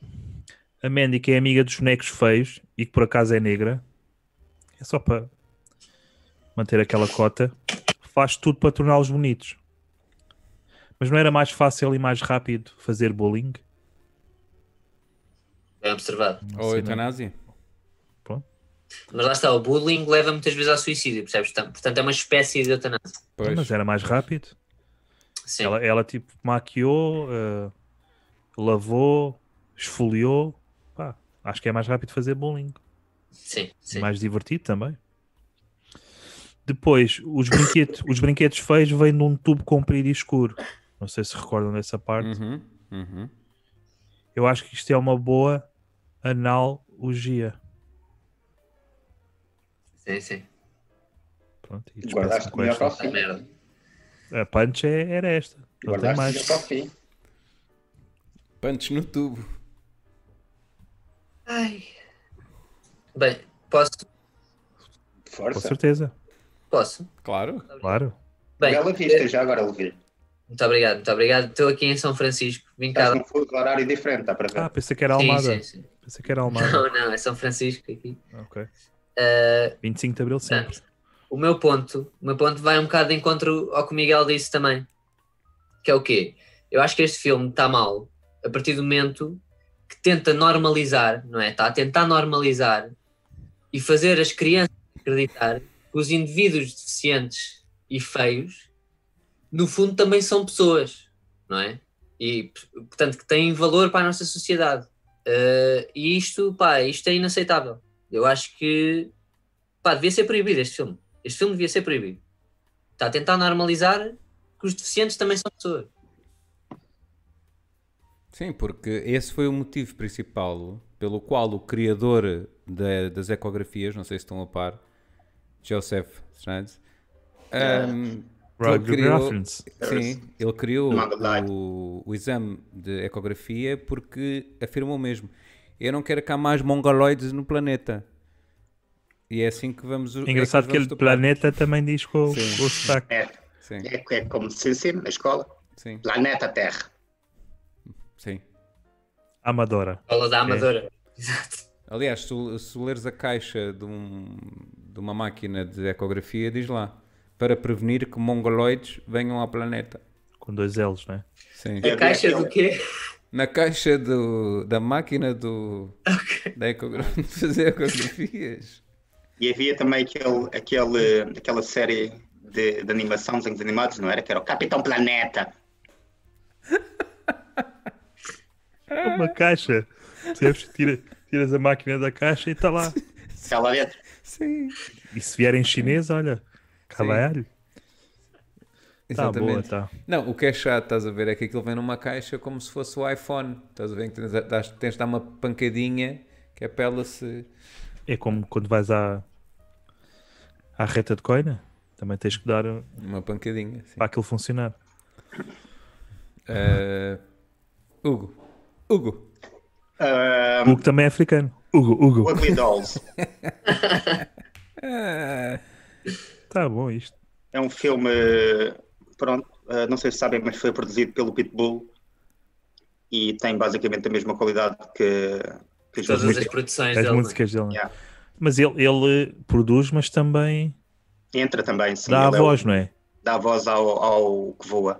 Speaker 2: A Mandy, que é amiga dos bonecos feios e que por acaso é negra, é só para manter aquela cota, faz tudo para torná-los bonitos. Mas não era mais fácil e mais rápido fazer bullying?
Speaker 4: Bem observado.
Speaker 2: Não
Speaker 1: Ou
Speaker 2: sei, não.
Speaker 1: eutanásia?
Speaker 2: Pronto.
Speaker 4: Mas lá está, o bullying leva muitas vezes ao suicídio, percebes? Portanto- Portanto, é uma espécie de eutanásia.
Speaker 1: Pois.
Speaker 2: Mas era mais rápido.
Speaker 4: Sim.
Speaker 2: Ela, ela, tipo maquiou, eh, lavou, esfoliou. Pá, acho que é mais rápido fazer bullying.
Speaker 4: Sim, sim.
Speaker 2: é mais divertido também. Depois, os brinquedos, os brinquedos feios vêm de um tubo comprido e escuro. Não sei se recordam dessa parte.
Speaker 1: Uhum, uhum.
Speaker 2: Eu acho que isto é uma boa analogia.
Speaker 4: Sim, sim.
Speaker 2: Pronto, e despeço-me
Speaker 3: guardaste o
Speaker 2: com
Speaker 3: melhor para o
Speaker 2: esta.
Speaker 4: Ah,
Speaker 3: fim.
Speaker 4: merda.
Speaker 2: A punch é- era esta. Não tem
Speaker 3: Guardaste o melhor
Speaker 2: mais.
Speaker 3: para o fim.
Speaker 1: Punch no tubo.
Speaker 4: Ai. Bem, posso?
Speaker 2: Com
Speaker 3: Força.
Speaker 2: certeza,
Speaker 4: Posso?
Speaker 1: Claro.
Speaker 2: claro.
Speaker 4: Bem,
Speaker 3: Bela vista, já agora ouvi.
Speaker 4: muito obrigado, muito obrigado. Estou aqui em São Francisco. Vim cá.
Speaker 3: Estás num fuso horário diferente, está para ver.
Speaker 2: Ah, pensei que era
Speaker 4: Sim,
Speaker 2: Almada.
Speaker 4: sim, sim.
Speaker 2: Pensei que era Almada.
Speaker 4: Não, não, é São Francisco aqui.
Speaker 2: Ok.
Speaker 4: Ah,
Speaker 2: 25 de Abril sempre.
Speaker 4: Portanto, o meu ponto, o meu ponto vai um bocado de encontro ao que o Miguel disse também. Que é o quê? Eu acho que este filme está mal a partir do momento que tenta normalizar, não é? Está a tentar normalizar e fazer as crianças acreditar que os indivíduos deficientes e feios, no fundo, também são pessoas, não é? E, p- portanto, que têm valor para a nossa sociedade. Eh, e isto, pá, isto é inaceitável. Eu acho que pá, devia ser proibido este filme. Este filme devia ser proibido. Está a tentar normalizar que os deficientes também são pessoas.
Speaker 1: Sim, porque esse foi o motivo principal pelo qual o criador da- das ecografias, não sei se estão a par, Joseph Strands, ahm, ele
Speaker 2: Roger
Speaker 1: criou,
Speaker 2: Graffins.
Speaker 1: sim, ele criou
Speaker 3: Manda lá.
Speaker 1: o, o exame de ecografia porque afirmou mesmo: eu não quero que há mais mongoloides no planeta. E é assim que vamos. é
Speaker 2: Engraçado
Speaker 1: que,
Speaker 2: que
Speaker 1: nos vamos
Speaker 2: ele
Speaker 1: topar.
Speaker 2: planeta também diz com, o-
Speaker 1: Sim.
Speaker 2: com o sotaque.
Speaker 3: É,
Speaker 1: Sim,
Speaker 3: é, é como se ensina na escola.
Speaker 1: sim,
Speaker 3: Planeta Terra.
Speaker 1: sim.
Speaker 2: Amadora.
Speaker 4: Fala da Amadora.
Speaker 1: Aliás, se, o- se leres a caixa de, um- de uma máquina de ecografia, diz lá. Para prevenir que mongoloides venham ao planeta.
Speaker 2: Com dois L's, não é?
Speaker 1: Sim.
Speaker 3: É.
Speaker 4: A caixa do quê?
Speaker 1: Na caixa do, da máquina do, da ecogra- de fazer ecografias.
Speaker 3: E havia também aquele, aquele, aquela série de, de animação, desenhos animados, não era? Que era o Capitão Planeta.
Speaker 2: Uma caixa. Percebes? Tira, tiras a máquina da caixa e está lá.
Speaker 3: Está lá dentro.
Speaker 1: Sim,
Speaker 2: E se vier em chinês, olha. Cabalho. Está boa, tá.
Speaker 1: exatamente.
Speaker 2: está.
Speaker 1: Não, o que é chato, estás a ver, é que aquilo vem numa caixa como se fosse o iPhone. Estás a ver que tens, dás- tens de dar uma pancadinha que é para ela se...
Speaker 2: É como quando vais à, à reta de coina. Também tens que dar uh,
Speaker 1: Uma pancadinha, sim.
Speaker 2: para aquilo funcionar.
Speaker 1: Eh, Hugo. Hugo.
Speaker 3: Ah,
Speaker 2: Hugo também é africano. Hugo, Hugo.
Speaker 3: Ugly Dolls.
Speaker 1: Ah,
Speaker 2: Está Tá bom isto.
Speaker 3: É um filme, pronto, eh, não sei se sabem, mas foi produzido pelo Pitbull e tem basicamente a mesma qualidade que, que os
Speaker 4: Todas as
Speaker 3: músicos.
Speaker 2: As
Speaker 4: produções dele. não é?
Speaker 2: músicas dele. não é?
Speaker 3: Yeah.
Speaker 2: Mas ele, ele eh, produz, mas também
Speaker 3: Entra também, sim.
Speaker 2: dá a
Speaker 3: ele é o-
Speaker 2: voz, não é?
Speaker 3: dá a voz ao, ao que voa.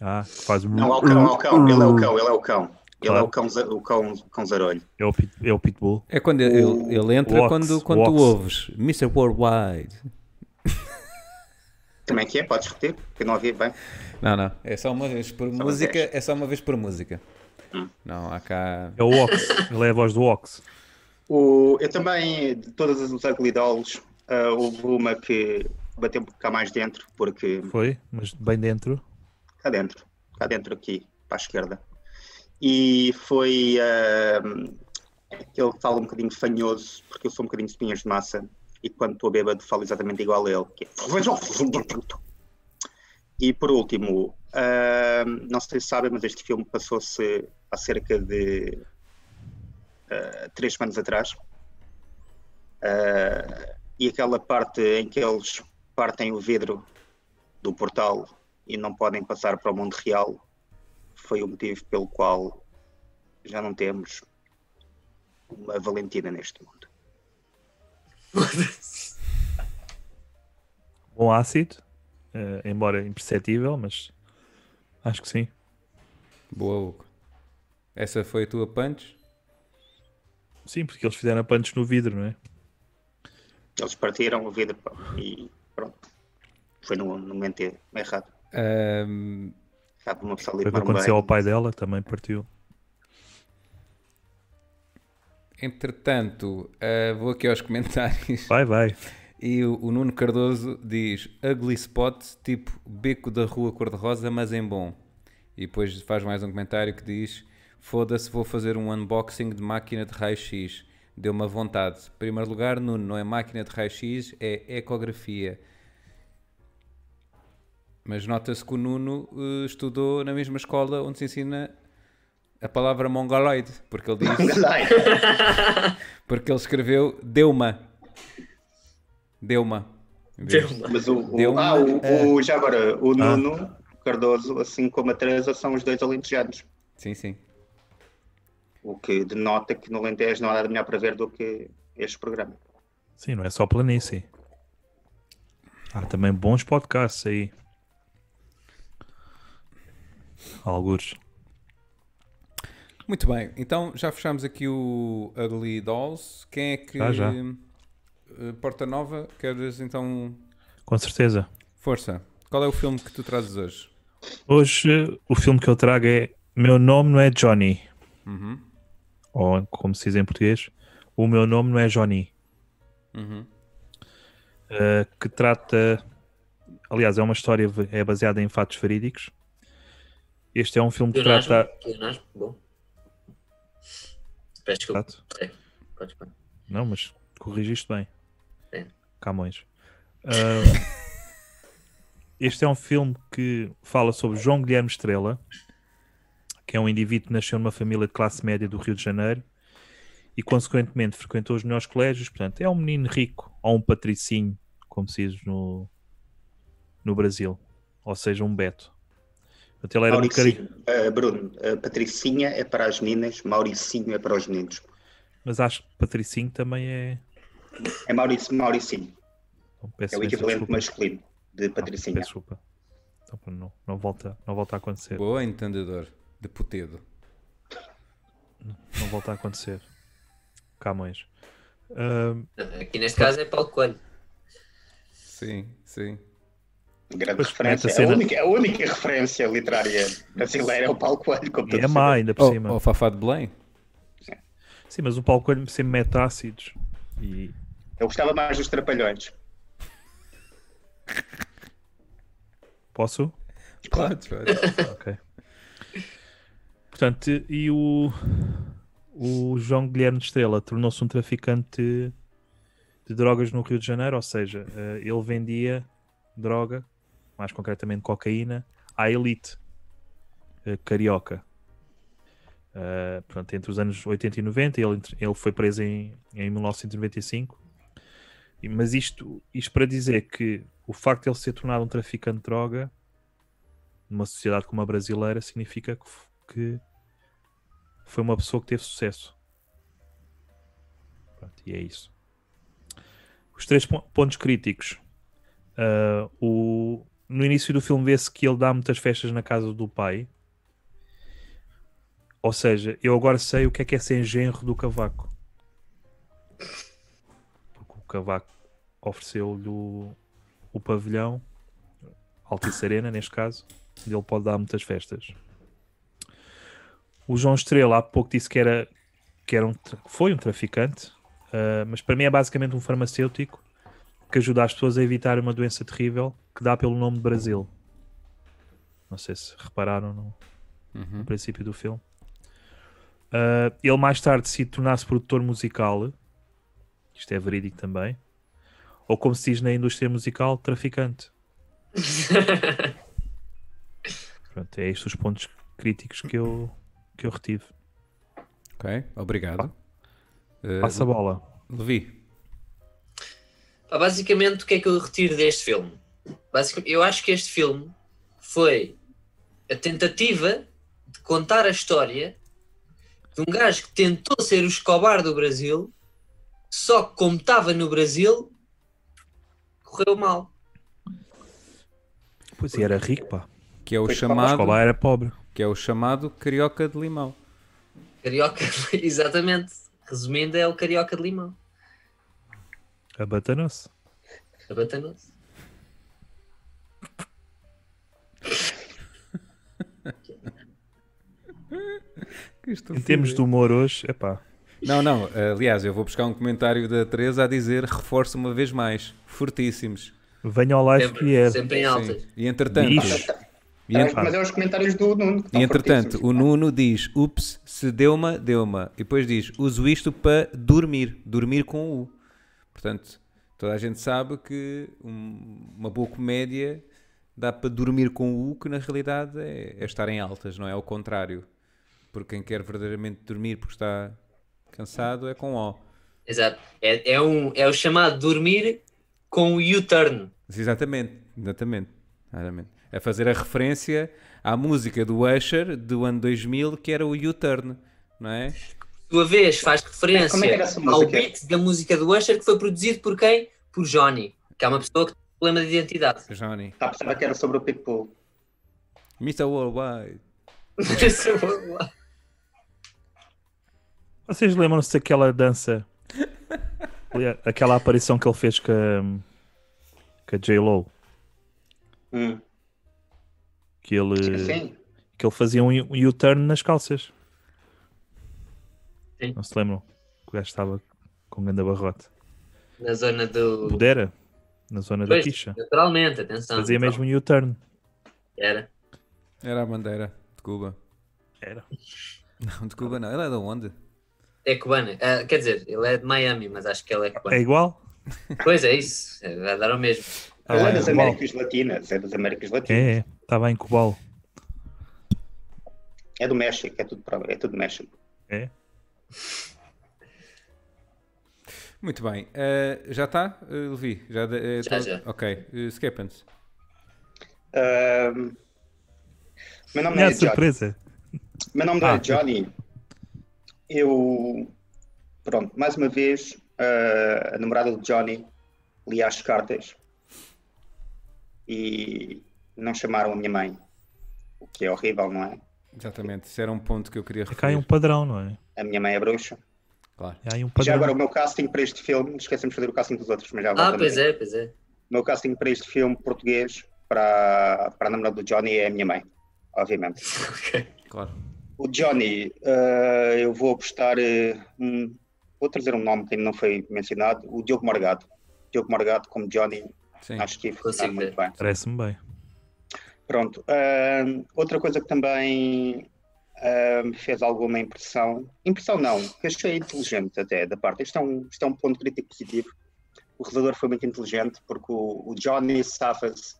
Speaker 2: Ah, que faz
Speaker 3: Não, ao cão, ao cão. Ele é o cão, ele é o cão. Ele é o cão, za- o cão, cão zarolho.
Speaker 2: É o, pit- é o Pitbull.
Speaker 1: É quando ele, ele- ele entra
Speaker 2: Ox,
Speaker 1: quando, quando tu
Speaker 2: Ox.
Speaker 1: ouves. Mr. Worldwide.
Speaker 3: Como é que é? Podes repetir? Que eu não ouvi bem.
Speaker 1: Não, não. É só uma vez por
Speaker 3: uma
Speaker 1: música.
Speaker 3: vez. Hum.
Speaker 1: É só uma vez por música. Não, há cá...
Speaker 2: É o Ox. ele é a voz do Ox.
Speaker 3: O, eu também, de todas as os Ugly Dolls, eh, houve uma que bateu cá mais dentro, porque
Speaker 2: Foi, mas bem dentro.
Speaker 3: cá dentro, cá dentro aqui, para a esquerda. E foi ahm, aquele que fala um bocadinho fanhoso, porque eu sou um bocadinho espinhas de massa, e quando estou bêbado falo exatamente igual a ele. que é E por último, ahm, não sei se sabem, mas este filme passou-se há cerca de ah, três semanas atrás. Ah, e aquela parte em que eles partem o vidro do portal e não podem passar para o mundo real foi o motivo pelo qual já não temos uma Valentina neste mundo.
Speaker 2: Bom ácido. eh, embora imperceptível, mas acho que sim.
Speaker 1: Boa, Hugo. Essa foi a tua punch?
Speaker 2: Sim, porque eles fizeram punch no vidro, não é?
Speaker 3: Eles partiram a vida pá, e pronto. Foi no, no momento errado.
Speaker 1: Ahm,
Speaker 3: Sabe uma pessoa
Speaker 2: Foi o que
Speaker 3: limpar um
Speaker 2: aconteceu ao
Speaker 3: banho.
Speaker 2: pai dela, também partiu.
Speaker 1: Entretanto, ah, vou aqui aos comentários
Speaker 2: Vai, vai.
Speaker 1: e o, o Nuno Cardoso diz ugly spot, tipo beco da rua cor-de-rosa, mas em bom. E depois faz mais um comentário que diz foda-se, vou fazer um unboxing de máquina de raio-x. Deu-me a vontade. Primeiro lugar, Nuno, não é máquina de raio-x, é ecografia. Mas nota-se que o Nuno eh, estudou na mesma escola onde se ensina a palavra mongoloide, porque ele diz
Speaker 3: Galera,
Speaker 1: porque ele escreveu Deuma. Deuma. Em vez de-
Speaker 4: Deu-me.
Speaker 3: Mas o, o-
Speaker 1: Deu
Speaker 3: ah,
Speaker 1: uma-
Speaker 3: o, o- já agora, o
Speaker 2: Ah.
Speaker 3: Nuno Cardoso, assim como a Teresa, são os dois alentejanos.
Speaker 1: Sim, sim.
Speaker 3: O que denota que no Alentejo não há nada melhor para ver do que este programa.
Speaker 2: Sim, não é só planície. Há também bons podcasts aí. Alguns.
Speaker 1: Muito bem, então já fechamos aqui o Ugly Dolls. Quem é que.
Speaker 2: Já, já.
Speaker 1: Eh, Porta Nova, queres então.
Speaker 2: Com certeza.
Speaker 1: Força. Qual é o filme que tu trazes hoje?
Speaker 2: Hoje eh, o filme que eu trago é Meu Nome Não É Johnny. Ou como se diz em português, O Meu Nome Não É Johnny. Eh, que trata. Aliás, é uma história, ve- é baseada em fatos verídicos. Este é um filme que
Speaker 4: Pleonasmo?
Speaker 2: trata.
Speaker 4: Pleonasmo? Bom. Peço desculpa.
Speaker 2: Exato.
Speaker 4: Podes pôr.
Speaker 2: Não, mas corrigiste bem.
Speaker 4: Sim.
Speaker 2: Camões. Ah, este é um filme que fala sobre João Guilherme Estrela, que é um indivíduo que nasceu numa família de classe média do Rio de Janeiro e, consequentemente, frequentou os melhores colégios. Portanto, é um menino rico ou um patricinho, como se diz no, no Brasil, ou seja, um Beto. Portanto, ele era um
Speaker 3: Mauricinho. Ah, Bruno, ah, Patricinha é para as meninas, Mauricinho é para os meninos.
Speaker 2: Mas acho que patricinho também é.
Speaker 3: É Maurici, Mauricinho,
Speaker 2: Então,
Speaker 3: é
Speaker 2: peço
Speaker 3: o
Speaker 2: imensa
Speaker 3: equivalente
Speaker 2: desculpa.
Speaker 3: masculino de
Speaker 2: Ah, peço
Speaker 3: Patricinha.
Speaker 2: desculpa. Então, pronto, não, não, volta, não volta a acontecer.
Speaker 1: Boa, entendedor. De putedo.
Speaker 2: Não volta a acontecer. Camões. Ah,
Speaker 4: Aqui neste caso é Paulo Coelho.
Speaker 1: Sim, sim.
Speaker 3: Grande
Speaker 2: Pois,
Speaker 3: referência.
Speaker 2: mete a
Speaker 3: A,
Speaker 2: cena-
Speaker 3: única, a única referência literária brasileira é o Paulo Coelho, como
Speaker 2: e
Speaker 3: todos
Speaker 2: é má, ainda por
Speaker 1: Ou
Speaker 2: cima.
Speaker 1: oh, Fafá de Belém?
Speaker 2: Sim, mas o Paulo Coelho sempre mete ácidos. E
Speaker 3: sabemos. Eu gostava mais dos Trapalhões.
Speaker 2: posso?
Speaker 1: Claro,
Speaker 2: Ok. Portanto, e o, o João Guilherme de Estrela tornou-se um traficante de drogas no Rio de Janeiro, ou seja, eh, ele vendia droga, mais concretamente cocaína, à elite eh, carioca. Eh, portanto, entre os anos 80 e 90, ele, entre- ele foi preso em, em 1995. E- Mas isto, isto para dizer que o facto de ele ser tornado um traficante de droga numa sociedade como a brasileira significa que, f- que foi uma pessoa que teve sucesso. Pronto, e é isso. Os três pon- pontos críticos. Ah, o- No início do filme vê-se que ele dá muitas festas na casa do pai. Ou seja, eu agora sei o que é que é ser genro do Cavaco. Porque o Cavaco ofereceu-lhe o, o pavilhão, Altice Arena neste caso, onde ele pode dar muitas festas. O João Estrela há pouco disse que era que era um, tra- foi um traficante, ah, mas para mim é basicamente um farmacêutico que ajuda as pessoas a evitar uma doença terrível que dá pelo nome de Brasil. Não sei se repararam no, no princípio do filme. Ah, ele mais tarde decide tornar-se produtor musical, isto é verídico também, ou como se diz na indústria musical, traficante. Pronto, é estes os pontos críticos que eu, que eu retive.
Speaker 1: Ok, obrigado. Eh,
Speaker 2: Passa a bola.
Speaker 1: Levi.
Speaker 4: Pá, basicamente, o que é que eu retiro deste filme? Basic- eu acho que este filme foi a tentativa de contar a história de um gajo que tentou ser o Escobar do Brasil, só que como estava no Brasil, correu mal.
Speaker 2: Pois Ah, e era rico, pá.
Speaker 1: Que é o
Speaker 3: Pois,
Speaker 1: chamado.
Speaker 2: Escobar era pobre.
Speaker 1: Que é o chamado Carioca de Limão.
Speaker 4: Carioca, exatamente. Resumindo, é o Carioca de Limão.
Speaker 2: Abatanou-se.
Speaker 4: Abatanou-se.
Speaker 2: Em termos de humor hoje, é pá.
Speaker 1: Não, não. Aliás, eu vou buscar um comentário da Teresa a dizer, reforço uma vez mais, fortíssimos.
Speaker 2: Venha ao live que
Speaker 4: Sempre,
Speaker 2: é.
Speaker 4: sempre é em altas.
Speaker 1: Sim. E entretanto.
Speaker 2: Bicho.
Speaker 1: E, en-
Speaker 3: Mas é os comentários do Nuno. que
Speaker 1: e
Speaker 3: estão
Speaker 1: entretanto,
Speaker 3: fortíssimos.
Speaker 1: o Nuno diz, ups, se deu-me, deu-me. E depois diz, uso isto para dormir. Dormir com o U. Portanto, toda a gente sabe que um- uma boa comédia dá para dormir com o U, que na realidade é, é estar em altas, não é ao contrário. Porque quem quer verdadeiramente dormir porque está cansado é com O.
Speaker 4: Exato. É, é um, é o chamado dormir com o U-turn.
Speaker 1: Exatamente, exatamente, exatamente. A fazer a referência à música do Usher do ano 2000, que era o U-Turn, não é?
Speaker 4: sua vez faz referência
Speaker 3: Como é que era essa
Speaker 4: ao
Speaker 3: música?
Speaker 4: beat da música do Usher que foi produzido por quem? Por Johnny, que é uma pessoa que tem problema de identidade.
Speaker 1: Johnny.
Speaker 3: Ah, pensava que era sobre o Pitbull.
Speaker 1: Mr. Worldwide.
Speaker 2: Vocês lembram-se daquela dança? Ali- Aquela aparição que ele fez com a, com a J-Lo?
Speaker 3: Hum.
Speaker 2: Que ele,
Speaker 3: Sim.
Speaker 2: que ele fazia um U- U-turn nas calças.
Speaker 4: Sim.
Speaker 2: Não se lembram? Que O gajo estava com um grande abarrote.
Speaker 4: Na zona do.
Speaker 2: Budera, na zona da
Speaker 4: Pois,
Speaker 2: picha.
Speaker 4: Naturalmente, atenção.
Speaker 2: Fazia
Speaker 4: Então,
Speaker 2: mesmo um U-turn.
Speaker 4: Era.
Speaker 1: Era a bandeira de Cuba.
Speaker 2: Era.
Speaker 1: Não, de Cuba não. Ela é de onde?
Speaker 4: É cubana. Ah, quer dizer, ele é de Miami, mas acho que ele é
Speaker 2: É
Speaker 4: cubana.
Speaker 2: igual?
Speaker 4: Pois é, isso. É, Vai dar o mesmo.
Speaker 2: Ah,
Speaker 3: Mas é
Speaker 2: é,
Speaker 3: das
Speaker 2: Cubal.
Speaker 3: Américas Latinas. É das Américas Latinas.
Speaker 2: É, é. Estava em Cubal.
Speaker 3: É do México. É tudo, para- é tudo México.
Speaker 2: É.
Speaker 1: Muito bem. Eh, já está, eh, Levi? Já, de- eh,
Speaker 4: Já,
Speaker 1: tá-
Speaker 4: já.
Speaker 1: Ok. Uh, Skeppens.
Speaker 3: Ahm, meu nome
Speaker 2: Não,
Speaker 3: não é Johnny.
Speaker 2: surpresa.
Speaker 3: Meu nome
Speaker 2: Ah,
Speaker 3: é Johnny. Eu. Pronto, mais uma vez, ah, a namorada de Johnny lia as cartas e não chamaram a minha mãe. O que é horrível, não é?
Speaker 1: Exatamente. Isso era um ponto que eu queria
Speaker 2: É que há aí
Speaker 1: referir.
Speaker 2: um padrão, não é?
Speaker 3: A minha mãe é bruxa.
Speaker 1: Claro.
Speaker 2: Há aí um
Speaker 3: Já
Speaker 2: padrão.
Speaker 3: agora, o meu casting para este filme, esquecemos de fazer o casting dos outros, mas já
Speaker 4: Ah,
Speaker 3: voltamos.
Speaker 4: pois é, pois é.
Speaker 3: O meu casting para este filme português, para, para a namorada do Johnny, é a minha mãe, obviamente.
Speaker 4: Ok.
Speaker 1: Claro.
Speaker 3: O Johnny, eh, eu vou apostar. eh, um- vou trazer um nome que ainda não foi mencionado: o Diogo Morgado. Diogo Morgado, como Johnny,
Speaker 1: Sim.
Speaker 3: acho que ia funcionar
Speaker 4: Consigo
Speaker 3: muito
Speaker 4: ver.
Speaker 3: bem.
Speaker 2: Parece-me bem.
Speaker 3: Pronto. eh, outra coisa que também eh, me fez alguma impressão impressão não, que achei inteligente até da parte. Isto é um, isto é um ponto crítico positivo. O realizador foi muito inteligente porque o, o Johnny safa-se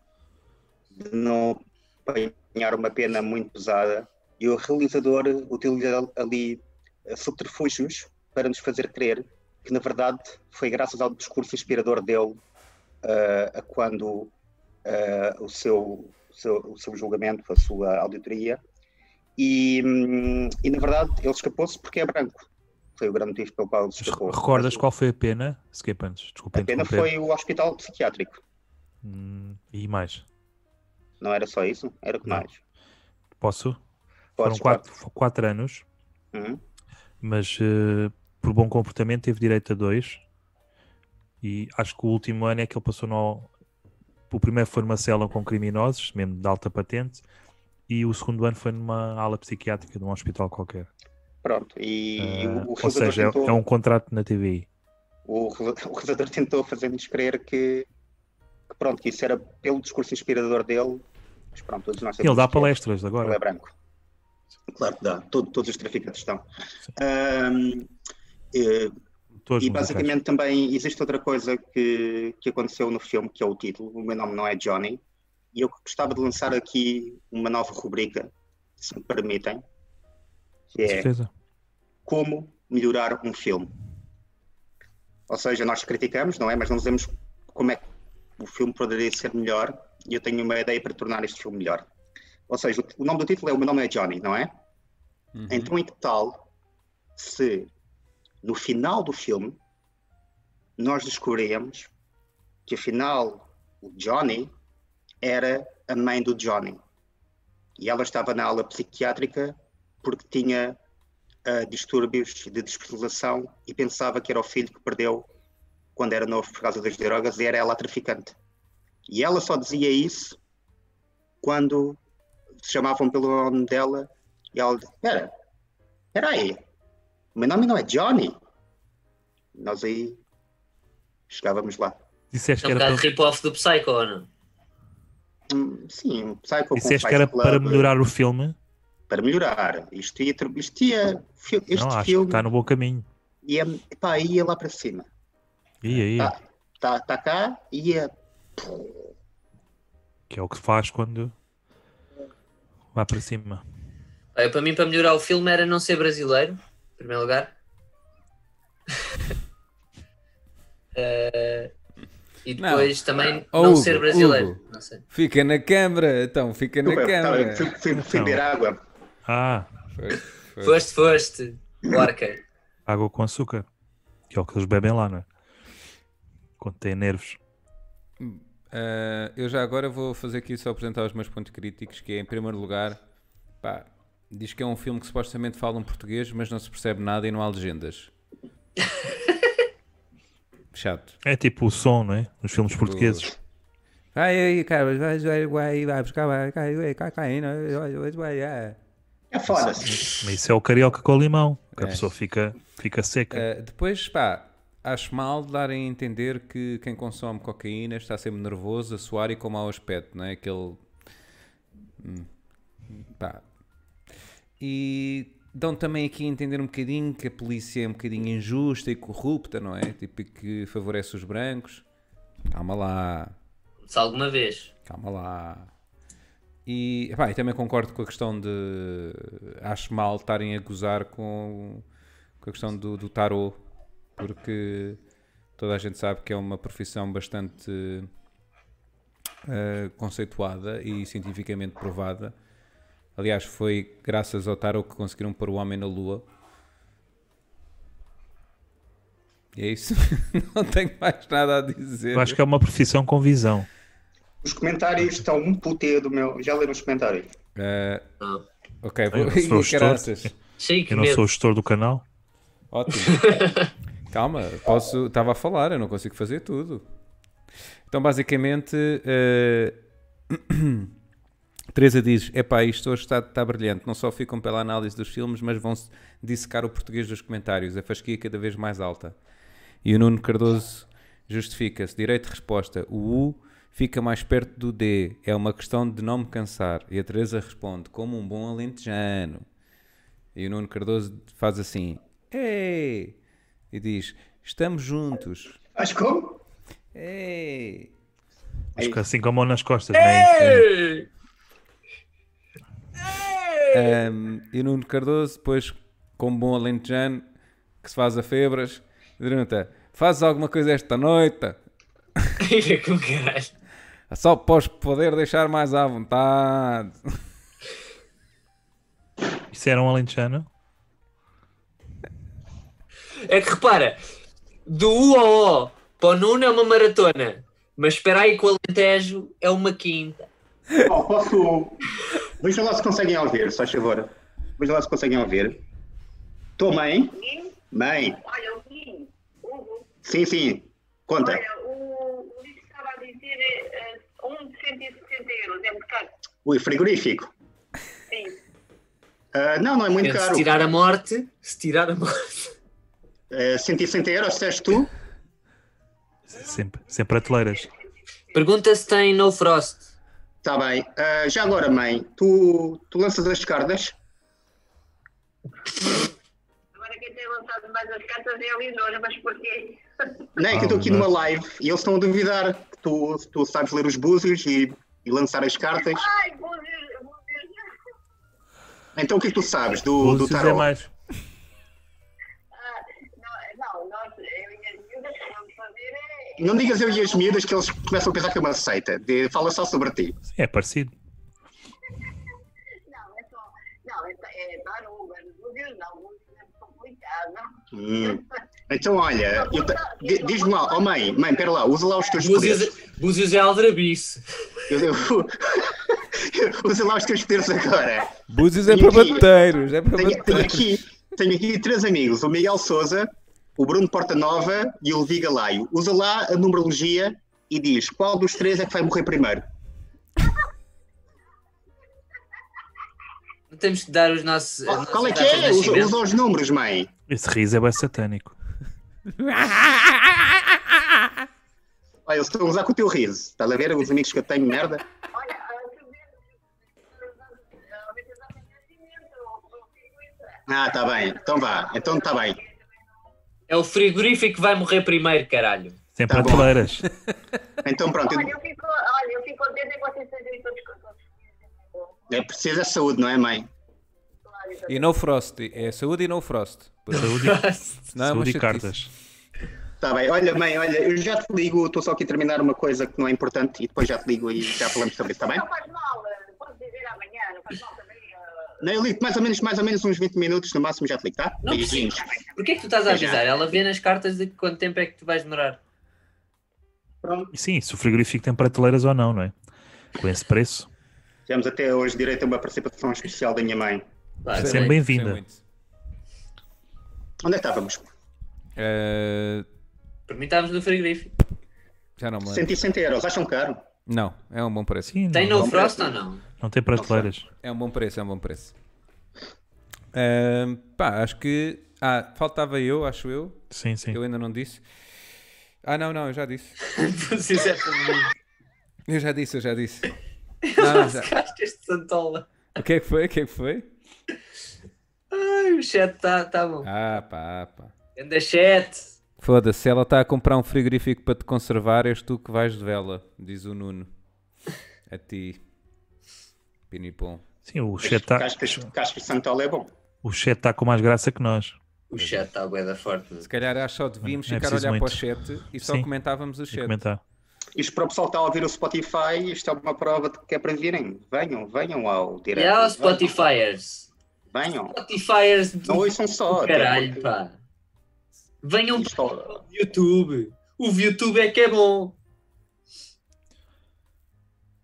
Speaker 3: de não apanhar uma pena muito pesada e o realizador utiliza ali eh, subterfúgios para nos fazer crer que na verdade foi graças ao discurso inspirador dele eh, a quando eh, o, seu, o seu o seu julgamento, a sua auditoria e, hum, e na verdade ele escapou-se porque é branco foi o grande motivo pelo qual ele se
Speaker 2: Mas
Speaker 3: escapou
Speaker 2: recordas qual foi a pena? Skippens, desculpa
Speaker 3: a pena
Speaker 2: interromper.
Speaker 3: foi o hospital psiquiátrico
Speaker 2: Hum, e mais?
Speaker 3: não era só isso? Era o que
Speaker 2: Não.
Speaker 3: mais?
Speaker 2: Posso? Foram
Speaker 3: Podes,
Speaker 2: quatro, fo- quatro anos,
Speaker 3: pode. Uhum.
Speaker 2: mas eh, por bom comportamento teve direito a dois. E acho que o último ano é que ele passou no. O primeiro foi numa cela com criminosos, mesmo de alta patente, e o segundo ano foi numa ala psiquiátrica de um hospital qualquer.
Speaker 3: Pronto, e
Speaker 2: Eh,
Speaker 3: o, o
Speaker 2: ou
Speaker 3: realizador
Speaker 2: seja, é-
Speaker 3: tentou,
Speaker 2: é um contrato na TVI.
Speaker 3: o, rela- o realizador tentou fazer-nos crer que, que pronto, que isso era pelo discurso inspirador dele, mas pronto, todos nós
Speaker 2: Ele
Speaker 3: sabemos
Speaker 2: dá
Speaker 3: que é-
Speaker 2: palestras
Speaker 3: Ele é
Speaker 2: agora.
Speaker 3: branco. Claro que dá, todo- todos os traficantes estão. Ahm, eh,
Speaker 2: Todos
Speaker 3: e
Speaker 2: musicais.
Speaker 3: basicamente também existe outra coisa que, que aconteceu no filme, que é o título. O meu nome não é Johnny. E eu gostava de lançar aqui uma nova rubrica, se me permitem, que
Speaker 2: Com
Speaker 3: é
Speaker 2: certeza.
Speaker 3: como melhorar um filme. Ou seja, nós criticamos, não é? Mas não dizemos como é que o filme poderia ser melhor e eu tenho uma ideia para tornar este filme melhor. Ou seja, o- o nome do título é O Meu Nome é Johnny, não é?
Speaker 1: Uhum.
Speaker 3: Então, em que tal se no final do filme nós descobrimos que afinal o Johnny era a mãe do Johnny e ela estava na aula psiquiátrica porque tinha ah, distúrbios de despersonalização e pensava que era o filho que perdeu quando era novo por causa das drogas e era ela a traficante. E ela só dizia isso quando se chamavam pelo nome dela e ela disse, pera, peraí, o meu nome não é Johnny. Nós aí chegávamos lá.
Speaker 2: Disseste
Speaker 4: É
Speaker 2: que
Speaker 4: um
Speaker 2: era
Speaker 4: bocado
Speaker 2: para,
Speaker 4: rip-off do Psycho, ou não?
Speaker 3: Hum, Sim, um Psycho com
Speaker 2: disseste que
Speaker 3: Fight
Speaker 2: era
Speaker 3: Club,
Speaker 2: para melhorar o filme.
Speaker 3: Para melhorar. Isto ia, tro- isto ia fi- este
Speaker 2: não, acho
Speaker 3: filme
Speaker 2: que está no bom caminho.
Speaker 3: ia, pá, ia lá para cima.
Speaker 2: E aí,
Speaker 3: Tá, tá, tá cá e ia.
Speaker 2: que é o que faz quando vai para cima.
Speaker 4: Olha, para mim, para melhorar o filme, era não ser brasileiro, em primeiro lugar. Eh, e
Speaker 1: Não.
Speaker 4: depois também
Speaker 1: Ó,
Speaker 4: não
Speaker 1: Hugo,
Speaker 4: ser brasileiro.
Speaker 1: Hugo.
Speaker 4: Não sei.
Speaker 1: Fica na câmara, então, fica na
Speaker 3: Desculpa, tá,
Speaker 1: câmara.
Speaker 3: eu fui- fui- Fui beber água.
Speaker 2: Ah,
Speaker 1: Foi, foi.
Speaker 4: Foste, foste. Orca.
Speaker 2: água com açúcar. Que é o que eles bebem lá, não é? Quando têm nervos.
Speaker 1: Ah, eu já agora vou fazer aqui só apresentar os meus pontos críticos, que é, em primeiro lugar, pá, diz que é um filme que supostamente fala um português, mas não se percebe nada e não há legendas. Chato.
Speaker 2: É tipo o som, não é? Nos filmes portugueses.
Speaker 1: Ai, ai, cara, vai, vai, vai, vai buscar, vai, cai, vai, cai, cai, não, vai, vai, vai, é.
Speaker 3: É foda-se.
Speaker 2: Mas isso é o carioca com limão. Que a
Speaker 1: É.
Speaker 2: pessoa fica, fica seca.
Speaker 3: É.
Speaker 1: Ah, depois, pá, acho mal darem a entender que quem consome cocaína está sempre nervoso, a suar e com mau aspecto, não é? Aquele. Hum. Pá. E dão também aqui a entender um bocadinho que a polícia é um bocadinho injusta e corrupta, não é? Tipo, e que favorece os brancos. Calma lá,
Speaker 4: Se alguma vez.
Speaker 1: calma lá. E, epá, e também concordo com a questão de. Acho mal estarem a gozar com, com a questão do, do tarô, porque Toda a gente sabe que é uma profissão bastante eh, conceituada e cientificamente provada. Aliás, foi graças ao Taro que conseguiram pôr o homem na Lua. E é isso. Não tenho mais nada a dizer.
Speaker 2: Eu acho que é uma profissão com visão.
Speaker 3: Os comentários estão um puteiro, meu. Já leram os comentários?
Speaker 1: Eh,
Speaker 4: Não.
Speaker 1: ok, vou.
Speaker 2: Eu não sou
Speaker 1: Ih,
Speaker 2: gestor.
Speaker 1: caraças.
Speaker 4: Sei que
Speaker 2: Eu não
Speaker 4: medo.
Speaker 2: sou o gestor do canal.
Speaker 3: É
Speaker 1: Ótimo. Calma, posso. Estava a falar, eu não consigo fazer tudo. Então, basicamente, eh, Teresa diz: Epá, isto hoje está, está brilhante. Não só ficam pela análise dos filmes, mas vão dissecar o português dos comentários. A fasquia é cada vez mais alta. E o Nuno Cardoso justifica-se. Direito de resposta. O U fica mais perto do D. É uma questão de não me cansar. E a Teresa responde: Como um bom alentejano. E o Nuno Cardoso faz assim: Ei! E diz: Estamos juntos.
Speaker 3: Acho que como?
Speaker 1: Ei!
Speaker 2: Acho que assim com a mão nas costas, não é? isso?
Speaker 4: Ei!
Speaker 1: Ahm, e o Nuno Cardoso, depois, com um bom alentejano, que se faz a febras, pergunta: Fazes alguma coisa esta noite?
Speaker 4: Como É caralho.
Speaker 1: Só podes poder deixar mais à vontade.
Speaker 2: Isso era um alentejano?
Speaker 4: É que repara, do U ao O para o Nuno é uma maratona, mas espera aí que o Alentejo é uma quinta.
Speaker 3: Oh, posso. Vejam lá se conseguem ouvir, só favor. Vejam lá se conseguem ouvir. Tô mãe? Mãe?
Speaker 5: Olha, o Kim, Hugo,
Speaker 3: Sim, sim. Conta.
Speaker 5: olha, o o Luís estava a dizer eh, um de 160 euros, é muito caro.
Speaker 3: Ui, frigorífico.
Speaker 5: Sim.
Speaker 3: Ah, não, não é muito
Speaker 4: Se
Speaker 3: caro.
Speaker 4: tirar a morte, se tirar a morte.
Speaker 3: Ah, 160 euros, disseste tu?
Speaker 2: Sempre, sempre prateleiras.
Speaker 4: Pergunta se tem No Frost.
Speaker 3: Tá bem. Ah, já agora, mãe, tu, tu lanças as cartas?
Speaker 5: Agora quem tem lançado mais as cartas é a Leonora, mas porquê?
Speaker 3: Não é que eu estou aqui
Speaker 2: Ah,
Speaker 3: numa live e eles estão a duvidar que tu, tu sabes ler os búzios e, e lançar as cartas.
Speaker 5: Ai, vou ver, vou ver.
Speaker 3: Então o que é que tu sabes do, do
Speaker 2: Lúcius é
Speaker 3: tarot?
Speaker 2: mais.
Speaker 5: Ah, não, não, nós, eu e as miúdas, o que vamos fazer é.
Speaker 3: Não digas eu e as miúdas que eles começam a pensar que é uma seita. De- fala só sobre ti.
Speaker 2: Sim, é parecido.
Speaker 5: Não, é só. Não, é, é taruga, meu Deus, não, muito é complicado.
Speaker 3: Hum. Então olha, eu ta- di- diz-me lá, oh mãe, mãe, espera lá, usa lá os teus poderes.
Speaker 4: Búzios, Búzios é aldrabice.
Speaker 3: Eu, eu, usa lá os teus poderes agora.
Speaker 1: Búzios é para bateiros. É para
Speaker 3: Tenho, tenho
Speaker 1: bateiros.
Speaker 3: aqui, tenho aqui três amigos, o Miguel Souza, o Bruno Portanova e o Levi Galaio. Usa lá a numerologia e diz qual dos três é que vai morrer primeiro.
Speaker 4: Não temos que dar os nossos. as
Speaker 3: Qual é
Speaker 4: nossas
Speaker 3: que é?
Speaker 4: datas de
Speaker 3: Usa,
Speaker 4: nascimento.
Speaker 3: usa os números, mãe.
Speaker 2: Esse riso é bem satânico.
Speaker 3: Olha, eles estão a usar com o teu riso. Estás a ver os amigos que eu tenho, merda?
Speaker 5: Olha, a ver a nascimento, ou fico isso.
Speaker 3: Ah, tá bem. Então vá. Então tá bem.
Speaker 4: É o frigorífico que vai morrer primeiro, caralho.
Speaker 2: Sempre
Speaker 3: Tá bom.
Speaker 2: prateleiras.
Speaker 3: Então pronto.
Speaker 5: Olha,
Speaker 3: eu-
Speaker 5: eu fico, olha, eu fico contente em vocês fazerem todos todos felizes.
Speaker 3: É preciso a saúde, não é, mãe?
Speaker 1: E no frost. É saúde e no frost. Não,
Speaker 2: Saúde,
Speaker 1: é uma
Speaker 2: saúde e
Speaker 1: chatice.
Speaker 2: cartas.
Speaker 3: Tá bem. Olha, mãe, olha, eu já te ligo. Estou só aqui a terminar uma coisa que não é importante e depois já te ligo e já falamos sobre isso, tá bem?
Speaker 5: Não faz mal, eh, posso dizer amanhã, não faz mal também. eh,
Speaker 3: Não, eu ligo mais ou menos, mais ou menos uns 20 minutos, no máximo já te ligo, tá?
Speaker 4: Não
Speaker 3: Beijinhos.
Speaker 4: precisa. Porquê é que tu estás a
Speaker 3: Já.
Speaker 4: avisar? Ela vê nas cartas de quanto tempo é que tu vais demorar.
Speaker 3: Pronto.
Speaker 2: E Sim, se o frigorífico tem prateleiras ou não, não é? Com esse preço.
Speaker 3: Tivemos até hoje direito a uma participação especial da minha mãe.
Speaker 4: Claro,
Speaker 2: Sim.
Speaker 1: Sem
Speaker 2: Sempre
Speaker 1: muito,
Speaker 2: bem-vinda.
Speaker 1: sem muito.
Speaker 3: Onde é que estávamos?
Speaker 1: Eh,
Speaker 4: Por mim estávamos no frigorífico.
Speaker 1: já não me lembro.
Speaker 3: 160 euros, acham caro?
Speaker 1: Não, é um bom preço.
Speaker 2: Sim,
Speaker 4: Tem
Speaker 2: não,
Speaker 4: no Frost ou não?
Speaker 2: não tem prateleiras.
Speaker 1: É um bom preço, é um bom preço. Ahm, pá, acho que. Ah, faltava eu, acho eu.
Speaker 2: Sim, sim.
Speaker 1: Eu ainda não disse. Ah, não, não, eu já disse.
Speaker 4: Sinceramente.
Speaker 1: Eu já disse, eu já disse. Não, não, já.
Speaker 4: Rascaste este santola.
Speaker 1: O que é que foi? O que é que foi?
Speaker 4: Ai, o chat está tá bom.
Speaker 1: Ah, pá, pá.
Speaker 4: Anda chat.
Speaker 1: Foda-se, se ela está a comprar um frigorífico para te conservar, és tu que vais de vela, diz o Nuno. A ti. Pinipom.
Speaker 2: Sim, o tá- chat está
Speaker 3: Cascas, cascas de Santola é bom.
Speaker 2: o chat tá com mais graça que nós.
Speaker 4: O chat está bué da forte.
Speaker 1: Se calhar acho só devíamos
Speaker 2: Não é
Speaker 1: ficar a
Speaker 2: preciso
Speaker 1: olhar para o
Speaker 2: muito.
Speaker 1: chat e só
Speaker 2: Sim.
Speaker 1: comentávamos o
Speaker 2: E
Speaker 1: chat.
Speaker 2: comentar.
Speaker 3: Isto para o pessoal que está a ouvir o Spotify, isto é uma prova de que é para virem. Venham, venham ao
Speaker 4: E
Speaker 3: direto.
Speaker 4: há os Spotifyers.
Speaker 3: Venham.
Speaker 4: Spotifyers
Speaker 3: Não
Speaker 4: do
Speaker 3: ouçam só. até
Speaker 4: caralho,
Speaker 3: porque
Speaker 4: pá. Venham para
Speaker 3: Isto,
Speaker 4: o YouTube. O YouTube é que é bom.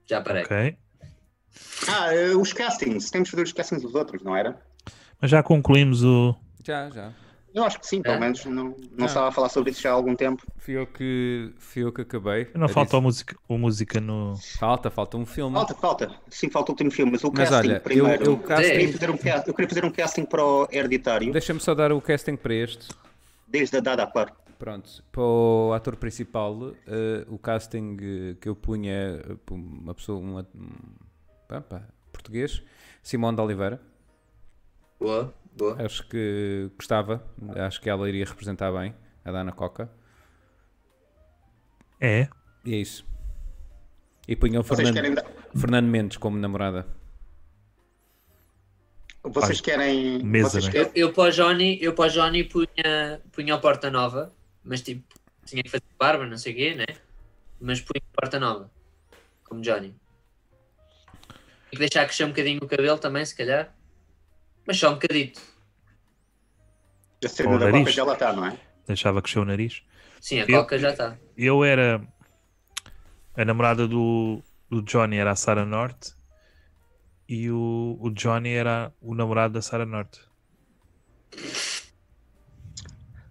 Speaker 4: Já parei.
Speaker 2: Ok.
Speaker 3: ah, eh, os castings. Temos de fazer os castings dos outros, não era?
Speaker 2: Mas já concluímos o.
Speaker 1: Já, já.
Speaker 3: Eu acho que sim, pelo
Speaker 4: É.
Speaker 3: menos. Não,
Speaker 1: Ah.
Speaker 3: não estava a falar sobre isso já há algum tempo.
Speaker 1: Fui eu que, fui eu que acabei.
Speaker 2: Não
Speaker 1: a
Speaker 2: falta o
Speaker 1: dizer-
Speaker 2: música, o música no.
Speaker 1: Falta, falta um filme.
Speaker 3: Falta, falta. Sim, falta o último filme, mas o
Speaker 1: Mas
Speaker 3: casting
Speaker 1: olha, eu,
Speaker 3: primeiro.
Speaker 1: eu
Speaker 3: Eu queria
Speaker 1: casting-
Speaker 3: fazer um ca- eu queria fazer um casting para o hereditário,
Speaker 1: Deixa-me só dar o casting para este.
Speaker 3: desde a dada, claro.
Speaker 1: Pronto, para o ator principal, eh, o casting eh, que eu punha eh, para uma pessoa, um, at- um- pá, pá, português, Simone de Oliveira.
Speaker 4: Boa, boa.
Speaker 1: Acho que gostava, acho que ela iria representar bem a Dana Coca.
Speaker 2: É.
Speaker 1: E é isso. E punha o
Speaker 3: Vocês
Speaker 1: Fernando,
Speaker 3: querem, dar-
Speaker 1: Fernando Mendes como namorada.
Speaker 3: vocês querem,
Speaker 2: mesa,
Speaker 3: vocês
Speaker 2: né?
Speaker 3: querem-
Speaker 4: Eu, eu para o Johnny, eu para o Johnny punha, punha o Porta Nova, mas tipo, tinha que fazer barba, não sei o quê, né? Mas punha o Porta Nova, como Johnny. Tem que deixar crescer um bocadinho o cabelo também, se calhar. Mas só um bocadito.
Speaker 3: a
Speaker 2: Ou
Speaker 3: cena da
Speaker 2: nariz.
Speaker 3: boca já lá está, não é?
Speaker 2: Deixava crescer o nariz.
Speaker 4: Sim, a
Speaker 2: Eu-
Speaker 4: coca já tá. está.
Speaker 2: Eu era. A namorada do, do Johnny era a Sara Norte. E o, o Johnny era o namorado da Sara Norte.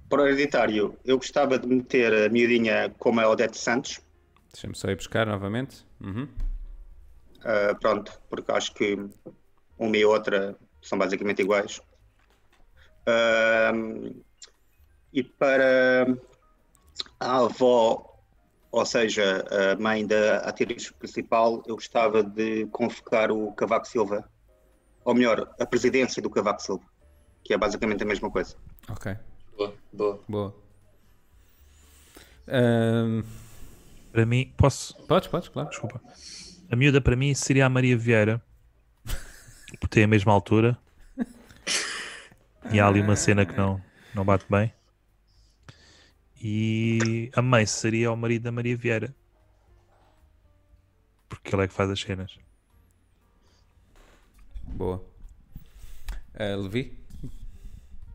Speaker 3: Para o hereditário, eu gostava de meter a miudinha como a Odete Santos,
Speaker 1: Deixa-me só ir buscar novamente. Uhum.
Speaker 3: ah, pronto, porque acho que uma e outra são basicamente iguais. Ah, e para a avó, ou seja, a mãe da atriz principal, eu gostava de convocar o Cavaco Silva, ou melhor, a presidência do Cavaco Silva, que é basicamente a mesma coisa.
Speaker 1: Ok,
Speaker 4: Boa, boa.
Speaker 1: boa. Ahm,
Speaker 2: Para mim, posso.
Speaker 1: podes, podes, claro.
Speaker 2: Desculpa. A miúda para mim seria a Maria Vieira. Porque tem a mesma altura. E há ali uma cena que não, não bate bem. E a mãe seria o marido da Maria Vieira. Porque ele é que faz as cenas.
Speaker 1: Boa. Ah, Levi?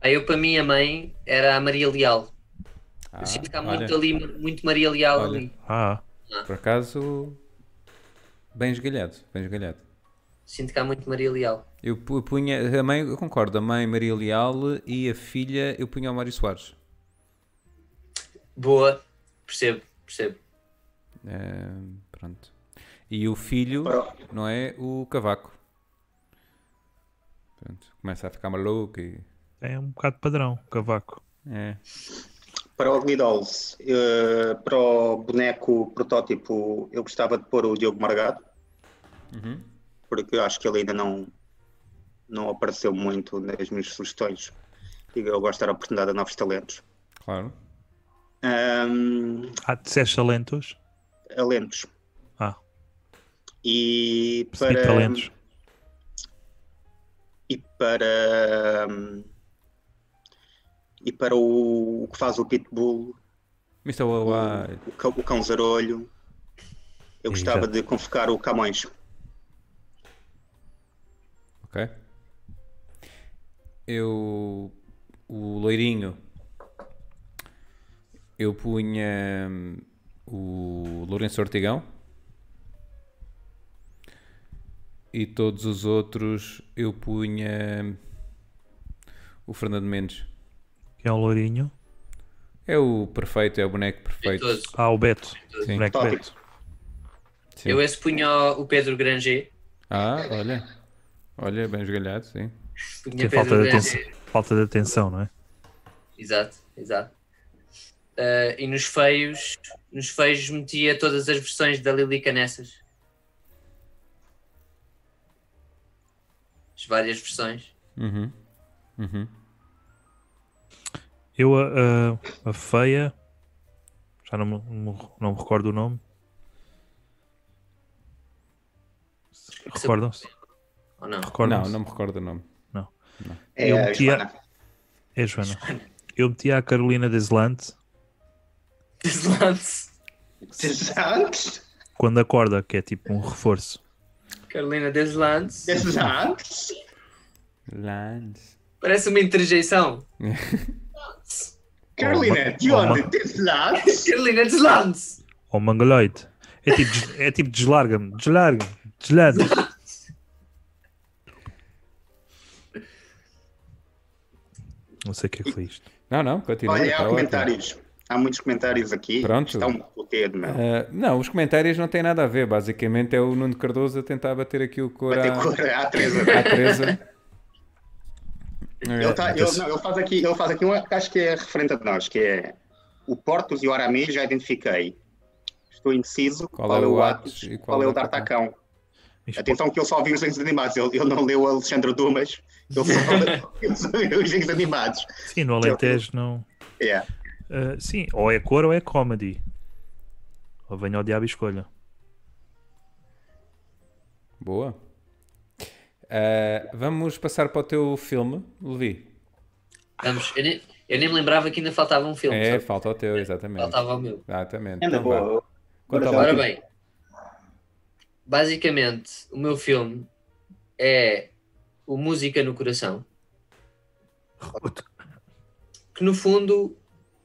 Speaker 4: Aí eu para mim a mãe era a Maria Leal.
Speaker 1: Ah,
Speaker 4: Eu sinto que há
Speaker 1: olha,
Speaker 4: muito ali, muito Maria Leal
Speaker 1: Olha.
Speaker 4: ali.
Speaker 2: Ah,
Speaker 1: Por acaso, bem esgalhado, bem esgalhado.
Speaker 4: Sinto que há muito Maria Leal.
Speaker 1: Eu pu- punha, a mãe, eu concordo, a mãe Maria Leal e a filha eu punha o Mário Soares.
Speaker 4: Boa, percebo, percebo.
Speaker 1: Ah, pronto. E o filho, não é? O Cavaco. Pronto, começa a ficar maluco e...
Speaker 2: é um bocado padrão, cavaco.
Speaker 1: É.
Speaker 3: Para o Gnidolls, eh, para o boneco protótipo, eu gostava de pôr o Diogo Margado,
Speaker 2: Uhum.
Speaker 3: porque eu acho que ele ainda não, não apareceu muito nas minhas sugestões. E eu gosto de dar a oportunidade a novos talentos.
Speaker 1: Claro.
Speaker 3: Ahm,
Speaker 2: Ah, disseste talentos?
Speaker 3: talentos.
Speaker 2: Ah,
Speaker 3: E
Speaker 2: percebi
Speaker 3: para,
Speaker 2: talentos.
Speaker 3: E para. ahm, E para o, o que faz o Pitbull,
Speaker 1: Mr. Worldwide.
Speaker 3: o, cão- o Cão Zarolho, eu gostava
Speaker 2: Exato.
Speaker 3: de convocar o Camões.
Speaker 1: Ok. Eu. O loirinho. Eu punha hum, o Lourenço Ortigão. E todos os outros eu punha hum, o Fernando Mendes.
Speaker 2: Que é um lourinho.
Speaker 1: É o perfeito, é o boneco perfeito.
Speaker 4: Todos.
Speaker 2: Ah, o Beto.
Speaker 1: Sim.
Speaker 2: O boneco
Speaker 3: Tópico.
Speaker 2: Beto.
Speaker 1: Sim.
Speaker 4: Eu esse punha o Pedro Granger.
Speaker 1: Ah, olha. Olha, bem esgalhado, sim.
Speaker 2: Que
Speaker 4: Punha
Speaker 2: é
Speaker 4: Pedro
Speaker 2: falta de,
Speaker 4: Granger.
Speaker 2: atenção, falta de atenção, não é?
Speaker 4: Exato, exato. Ah, e nos feios, nos feios metia todas as versões da Lilica nessas. As várias versões.
Speaker 1: Uhum. Uhum.
Speaker 2: Eu, a, a- a feia, já não me, não me- não me recordo o nome. Recordam-se?
Speaker 4: Ou não?
Speaker 2: Recordam
Speaker 1: não, não me recordo o nome.
Speaker 3: É
Speaker 2: Eu
Speaker 3: a
Speaker 2: metia-
Speaker 3: Joana.
Speaker 2: É, Joana. Eu meti a Carolina Deslante
Speaker 4: Deslante.
Speaker 3: Desde antes?
Speaker 2: quando acorda, que é tipo um reforço.
Speaker 4: Carolina Deslante.
Speaker 3: Desde antes?
Speaker 1: Lands.
Speaker 4: Parece uma interjeição.
Speaker 3: Carolina, de
Speaker 2: Uma-
Speaker 3: onde? Desde antes?
Speaker 4: Carolina Deslante.
Speaker 2: Ou mangalhoide. É tipo, des- é tipo deslarga-me, deslarga-me, deslante. Não sei o que é que foi isto.
Speaker 1: Não, não, continua.
Speaker 3: Olha,
Speaker 1: tá
Speaker 3: há um
Speaker 1: ótimo.
Speaker 3: comentários. Há muitos comentários aqui.
Speaker 1: Pronto.
Speaker 3: Está um roteiro, meu.
Speaker 1: Ah, não, os comentários não têm nada a ver. Basicamente é o Nuno Cardoso a tentar bater aqui o cor
Speaker 3: Bater
Speaker 1: à,
Speaker 3: cor à Teresa.
Speaker 1: à É, Teresa.
Speaker 3: Ele, tá- ele- não, ele faz aqui, ele faz aqui uma que acho que é referente a nós, que é o Portos e o Aramis já identifiquei. Estou indeciso qual, é o Atos e qual, é o D'Artacão.
Speaker 2: Isto
Speaker 3: Atenção que eu só vi os desenhos animados, ele, ele não leu o Alexandre Dumas, ele só leu os desenhos animados.
Speaker 2: Sim, no Alentejo não.
Speaker 3: É.
Speaker 2: Ah, sim, ou é cor ou é comedy. Ou venha ao diabo e escolha.
Speaker 1: Boa. Ah, vamos passar para o teu filme, Levi.
Speaker 4: Vamos, eu nem, eu nem me lembrava que ainda faltava um filme.
Speaker 1: É,
Speaker 4: só
Speaker 1: falta o teu, exatamente.
Speaker 4: faltava o meu.
Speaker 1: Exatamente.
Speaker 3: Ainda
Speaker 1: Então vá.
Speaker 3: tá- boa.
Speaker 1: Conta
Speaker 3: Agora
Speaker 1: lá.
Speaker 4: Ora bem, basicamente o meu filme é o Música no Coração, que no fundo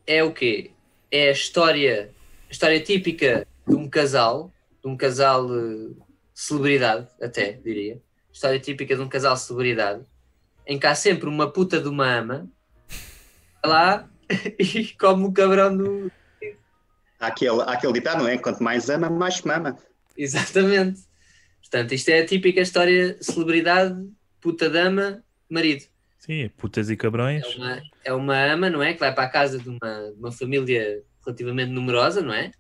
Speaker 4: é o quê? É a história, a história típica de um casal, de um casal eh, celebridade, até diria, história típica de um casal celebridade, em que há sempre uma puta de uma ama, vai lá e come o cabrão do,
Speaker 3: Há aquele, há aquele ditado, não é? Quanto mais ama, mais mama.
Speaker 4: Exatamente. Portanto, isto é a típica história celebridade, puta dama, marido.
Speaker 2: Sim, putas e cabrões.
Speaker 4: É uma, é uma ama, não é? Que vai para a casa de uma, de uma família relativamente numerosa, não é?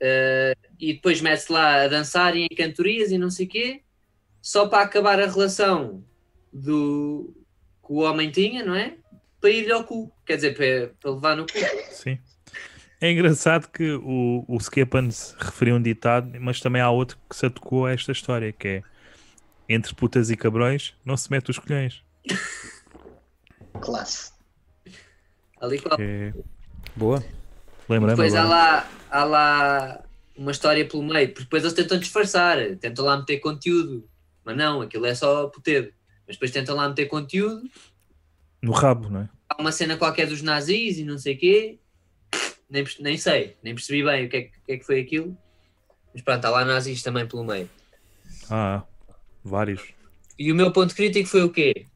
Speaker 4: Eh, e depois mete-se lá a dançar e em cantorias e não sei quê, só para acabar a relação do que o homem tinha, não é? Para ir-lhe ao cu, quer dizer, para, para levar no cu.
Speaker 2: Sim. É engraçado que o, o Skepans referiu um ditado, mas também há outro que se adequou a esta história, que é entre putas e cabrões não se mete os colhões.
Speaker 3: Classe.
Speaker 4: Ali qual.
Speaker 2: É,
Speaker 1: Boa.
Speaker 2: lembrando
Speaker 4: Depois há
Speaker 2: agora.
Speaker 4: lá, há lá uma história pelo meio, porque depois eles tentam disfarçar, tentam lá meter conteúdo, mas não, aquilo é só poteiro. Mas depois tentam lá meter conteúdo,
Speaker 2: No rabo, não é?
Speaker 4: há uma cena qualquer dos nazis e não sei quê, nem, perce- nem sei, nem percebi bem o que é, que- o que é que foi aquilo. Mas pronto, há lá nazis também pelo meio.
Speaker 2: Ah, há vários.
Speaker 4: E o meu ponto crítico foi o quê?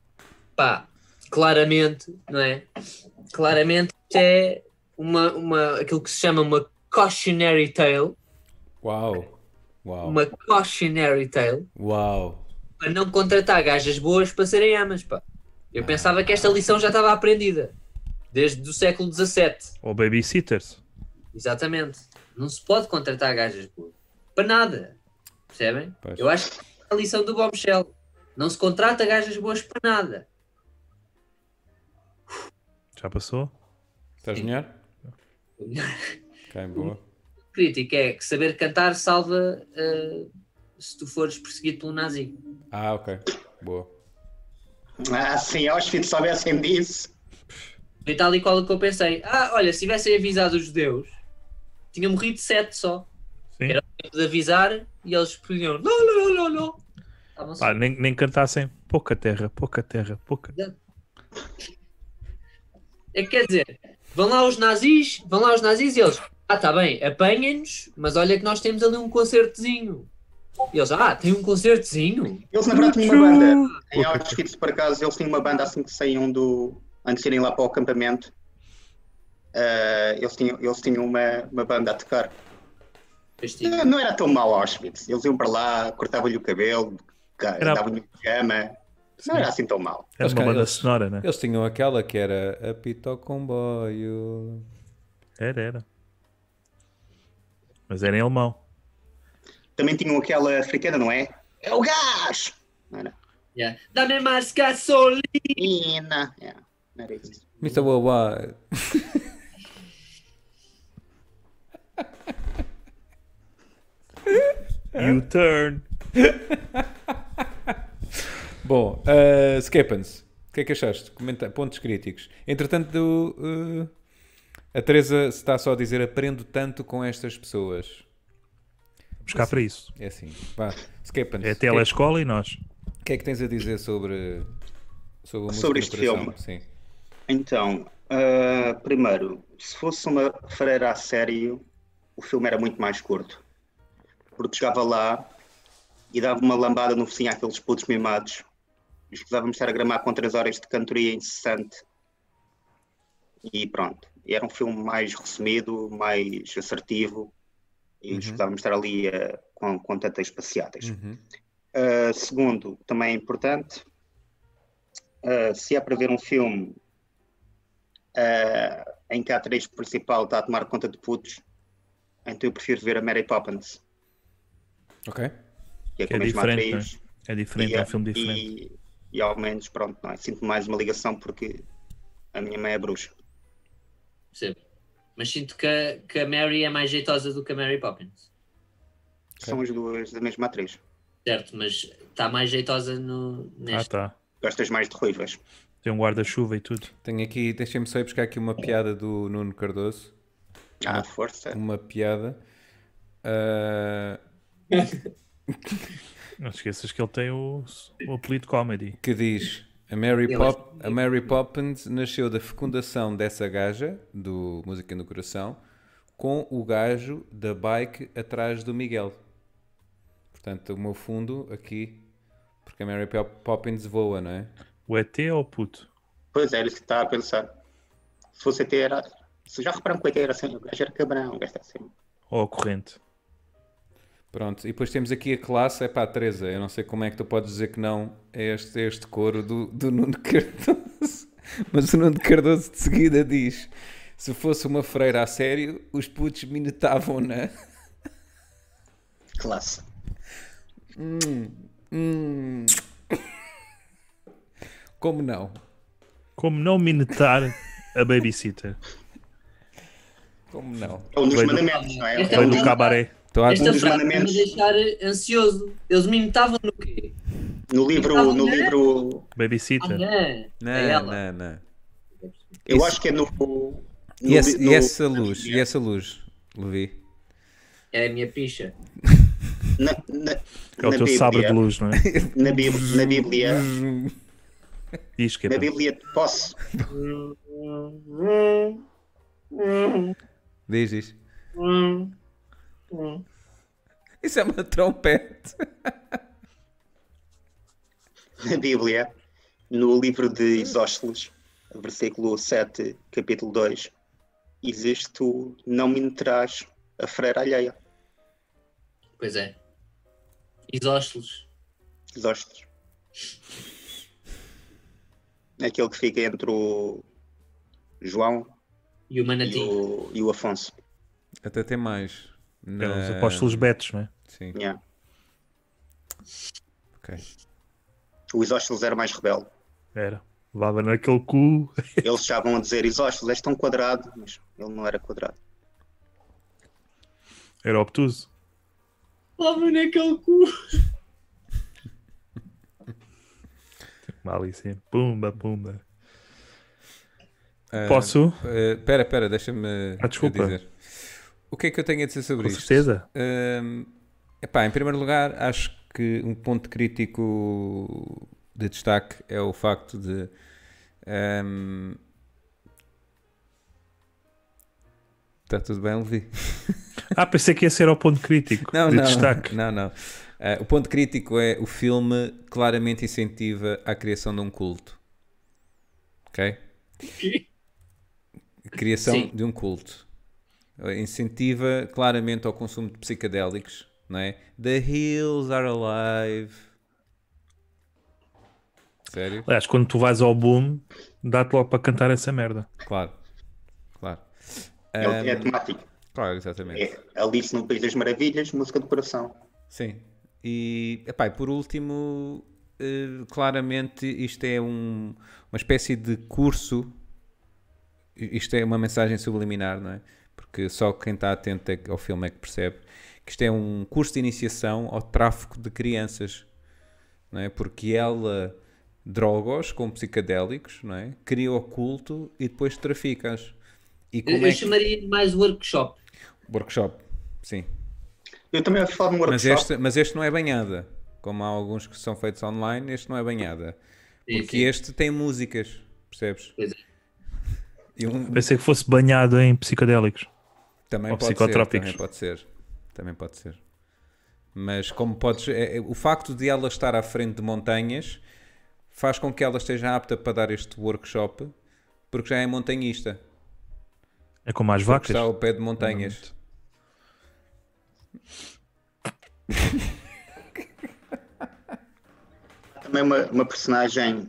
Speaker 4: Pá, claramente, não é? Claramente isto é uma, uma, aquilo que se chama uma cautionary tale,
Speaker 1: Uau. Uau.
Speaker 4: uma cautionary tale,
Speaker 1: Uau.
Speaker 4: para não contratar gajas boas para serem amas, pá. Eu pensava que esta lição já estava aprendida. Desde o século XVII.
Speaker 2: Ou babysitters.
Speaker 4: Exatamente. Não se pode contratar gajas boas. Para nada. Percebem?
Speaker 1: Pois.
Speaker 4: Eu acho que é a lição do Bombshell. Não se contrata gajas boas para nada.
Speaker 2: Já passou?
Speaker 1: Estás melhor? Ok, boa.
Speaker 4: Crítica é que saber cantar salva uh, se tu fores perseguido pelo nazi.
Speaker 1: Ah, ok. Boa.
Speaker 3: Ah, sim, Auschwitz soubessem disso.
Speaker 4: Foi tal e qual o que eu pensei. Ah, olha, se tivessem avisado os judeus, tinha morrido sete só.
Speaker 2: Sim.
Speaker 4: Era tempo de avisar e eles pediam não, não, não, não, não. Estavam só-
Speaker 2: Pá, Ah, nem, nem cantassem pouca terra, pouca terra, pouca.
Speaker 4: É que quer dizer, vão lá os nazis, vão lá os nazis e eles, ah, tá bem, apanhem-nos, mas olha que nós temos ali um concertezinho. E eles, ah, tem um concertezinho?
Speaker 3: Eles na verdade tinham uma banda. Em Auschwitz, por acaso, eles tinham uma banda assim que saíam do. antes de irem lá para o acampamento. Ah, eles tinham, eles tinham uma, uma banda a tocar. Ah,
Speaker 4: Pois tinha.
Speaker 3: Não, não era tão mau Auschwitz. Eles iam para lá, cortavam-lhe o cabelo, ca-
Speaker 2: Era-
Speaker 3: davam-lhe cama. Não era assim tão mau.
Speaker 2: Era
Speaker 1: Eles
Speaker 2: uma
Speaker 1: ca-
Speaker 2: banda
Speaker 1: eles-
Speaker 2: sonora, né?
Speaker 1: Eles tinham aquela que era apita ao comboio.
Speaker 2: Era, era. Mas era em alemão.
Speaker 3: Também tinham aquela africana, não é? É o gás! Não era?
Speaker 4: Yeah. Dá-me mais gasolina!
Speaker 3: Ina. É, não era isso.
Speaker 1: Mr. Wawa.
Speaker 2: You turn.
Speaker 1: Bom, uh, Skepans, O que é que achaste? Comenta, pontos críticos. Entretanto, do, eh, a Teresa está só a dizer aprendo tanto com estas pessoas.
Speaker 2: Buscar para isso.
Speaker 1: É assim. Vá, Skeppens.
Speaker 2: É a
Speaker 1: o que é que-
Speaker 2: telescola e nós.
Speaker 1: o que é que tens a dizer sobre, sobre, a música
Speaker 3: Sobre
Speaker 1: do
Speaker 3: este
Speaker 1: coração? Sim.
Speaker 3: Então, ah, primeiro, se fosse uma freira a sério, o filme era muito mais curto. Porque chegava lá e dava uma lambada no vizinho àqueles putos mimados. E escusávamos estar a gramar com três horas de cantoria incessante. E pronto. Era um filme mais resumido, mais assertivo. E
Speaker 1: Uhum.
Speaker 3: escusávamos estar ali ah, com, com tantas passeatas.
Speaker 1: Uhum.
Speaker 3: Uh, segundo, também é importante, uh, se é para ver um filme uh, em que a atriz principal está a tomar conta de putos, então eu prefiro ver a Mary Poppins,
Speaker 1: Ok.
Speaker 3: que
Speaker 2: Que
Speaker 3: é com a
Speaker 2: é
Speaker 3: mesma
Speaker 2: diferente,
Speaker 3: atriz.
Speaker 2: É diferente, é um filme diferente.
Speaker 3: E, e ao menos, pronto, não é? sinto mais uma ligação porque a minha mãe é bruxa.
Speaker 4: percebo. Mas sinto que, a- que a Mary é mais jeitosa do que a Mary Poppins.
Speaker 3: São as duas da mesma atriz.
Speaker 4: Certo, mas está mais jeitosa no,
Speaker 2: Ah,
Speaker 4: neste.
Speaker 2: tá.
Speaker 3: Gostas mais de ruivas?
Speaker 2: Tem um guarda-chuva e tudo.
Speaker 1: Tenho aqui, deixem-me só ir buscar aqui uma piada do Nuno Cardoso.
Speaker 3: Ah, força.
Speaker 1: Uma piada. ah,
Speaker 2: Não te esqueças que ele tem o, o apelido comedy.
Speaker 1: que diz a Mary,
Speaker 4: Ele é
Speaker 1: Pop, a Mary Poppins nasceu da fecundação dessa gaja, do Música no Coração, com o gajo da bike atrás do Miguel. Portanto, o meu fundo aqui, porque a Mary Pop- Poppins voa, não é?
Speaker 2: O ET ou o puto?
Speaker 3: Pois é, isso que estava a pensar. Se fosse até era. Se já repararam que o ET era assim, o gajo era cabrão, o gajo era assim.
Speaker 2: Ou a corrente?
Speaker 1: Pronto, e depois temos aqui a classe, é pá, Teresa, eu não sei como é que tu podes dizer que não a este, a este coro do, do Nuno Cardoso, mas o Nuno Cardoso de seguida diz, se fosse uma freira a sério, os putos é?" minetavam-na.
Speaker 3: Classe.
Speaker 1: Hum. Como não?
Speaker 2: Como não minetar a babysitter?
Speaker 1: Como não?
Speaker 3: É um dos
Speaker 2: Veio do-
Speaker 3: mandamentos, não é?
Speaker 4: Este
Speaker 3: É
Speaker 4: é
Speaker 2: Veio
Speaker 3: um
Speaker 4: o
Speaker 2: do
Speaker 3: dos-
Speaker 2: cabaré.
Speaker 1: Estou a
Speaker 4: Esta
Speaker 3: Um dos
Speaker 4: frase vai me
Speaker 3: mandamentos.
Speaker 4: deixar ansioso. Eles me imitavam no quê?
Speaker 3: No livro, no livro,
Speaker 4: Ah,
Speaker 2: Babysitter.
Speaker 4: não. é
Speaker 1: Não, não,
Speaker 4: ela.
Speaker 1: não.
Speaker 3: eu
Speaker 1: Isso.
Speaker 3: acho que é no.
Speaker 1: E essa,
Speaker 3: no- Hum.
Speaker 1: e essa luz, e essa luz, Levi?
Speaker 4: É a minha picha.
Speaker 3: Na, na,
Speaker 2: É o
Speaker 3: na
Speaker 2: teu sabre de
Speaker 3: Bíblia,
Speaker 2: luz, não é?
Speaker 3: na, Bí- na Bíblia,
Speaker 2: Diz que é
Speaker 3: na
Speaker 2: para-
Speaker 3: Bíblia, posso?
Speaker 1: Diz, diz.
Speaker 4: Hum.
Speaker 1: Isso é uma trompete.
Speaker 3: Na Bíblia, no livro de Isósceles, versículo 7, capítulo 2, existe tu não me terás a freira alheia.
Speaker 4: Pois é. Isósceles.
Speaker 3: Isósceles. Aquele que fica entre o João
Speaker 4: E o
Speaker 3: e
Speaker 4: manatim.
Speaker 3: o, e o Afonso.
Speaker 1: Até tem mais.
Speaker 2: eram é os
Speaker 1: Na-
Speaker 2: apóstolos betos, não é?
Speaker 1: Sim,
Speaker 3: Yeah.
Speaker 1: ok.
Speaker 3: O Isósceles era mais rebelde.
Speaker 2: Era. Levava naquele cu.
Speaker 3: Eles já vão dizer Isósceles, és tão quadrado, mas ele não era quadrado.
Speaker 2: Era obtuso.
Speaker 4: Lava naquele cu.
Speaker 2: Mal e sempre. Pumba, pumba.
Speaker 1: Ah,
Speaker 2: Posso?
Speaker 1: eh, Espera, espera, deixa-me
Speaker 2: Ah, desculpa.
Speaker 1: dizer. O que é que eu tenho a dizer sobre
Speaker 2: Com
Speaker 1: isto?
Speaker 2: certeza.
Speaker 1: Hum, epá, em primeiro lugar, acho que um ponto crítico de destaque é o facto de hum, está tá tudo bem, Levi?
Speaker 2: Ah, pensei que esse era o ponto crítico
Speaker 1: Não,
Speaker 2: de
Speaker 1: não,
Speaker 2: destaque.
Speaker 1: não, não. Ah, o ponto crítico é o filme claramente incentiva a criação de um culto. Ok? Criação
Speaker 4: Sim.
Speaker 1: de um culto. Ah, Incentiva claramente ao consumo de psicadélicos, não é? The hills are alive. Sério?
Speaker 2: Aliás, quando tu vais ao boom, dá-te logo para cantar essa merda.
Speaker 1: Claro. Claro. Ehm,
Speaker 3: Ele é temático.
Speaker 1: Claro, exatamente.
Speaker 3: É Alice no País das Maravilhas, música do coração.
Speaker 1: Sim. E, epá, e por último, eh, claramente isto é um- uma espécie de curso, I- isto é uma mensagem subliminar, não é? Porque só quem está atento é que- ao filme é que percebe que isto é um curso de iniciação ao tráfico de crianças, não é? Porque ela drogas com psicadélicos, não é? Cria o culto e depois traficas. E
Speaker 4: Eu,
Speaker 1: como é
Speaker 4: eu
Speaker 1: que...
Speaker 4: chamaria de mais workshop.
Speaker 1: Workshop, sim.
Speaker 3: Eu também ouvi falar de um
Speaker 1: Mas
Speaker 3: workshop.
Speaker 1: este, mas este não é banhada. Como há alguns que são feitos online, este não é banhada.
Speaker 4: Sim,
Speaker 1: Porque
Speaker 4: sim.
Speaker 1: este tem músicas, percebes?
Speaker 4: Pois é.
Speaker 1: E um-
Speaker 2: Pensei que fosse banhado em psicodélicos.
Speaker 1: também
Speaker 2: ou
Speaker 1: pode ser,
Speaker 2: psicotrópicos.
Speaker 1: também pode ser. Também pode ser. Mas como podes. é- é- o facto de ela estar à frente de montanhas faz com que ela esteja apta para dar este workshop porque já é montanhista.
Speaker 2: É como as
Speaker 1: Porque
Speaker 2: vacas.
Speaker 1: está ao pé de montanhas.
Speaker 3: também uma, uma personagem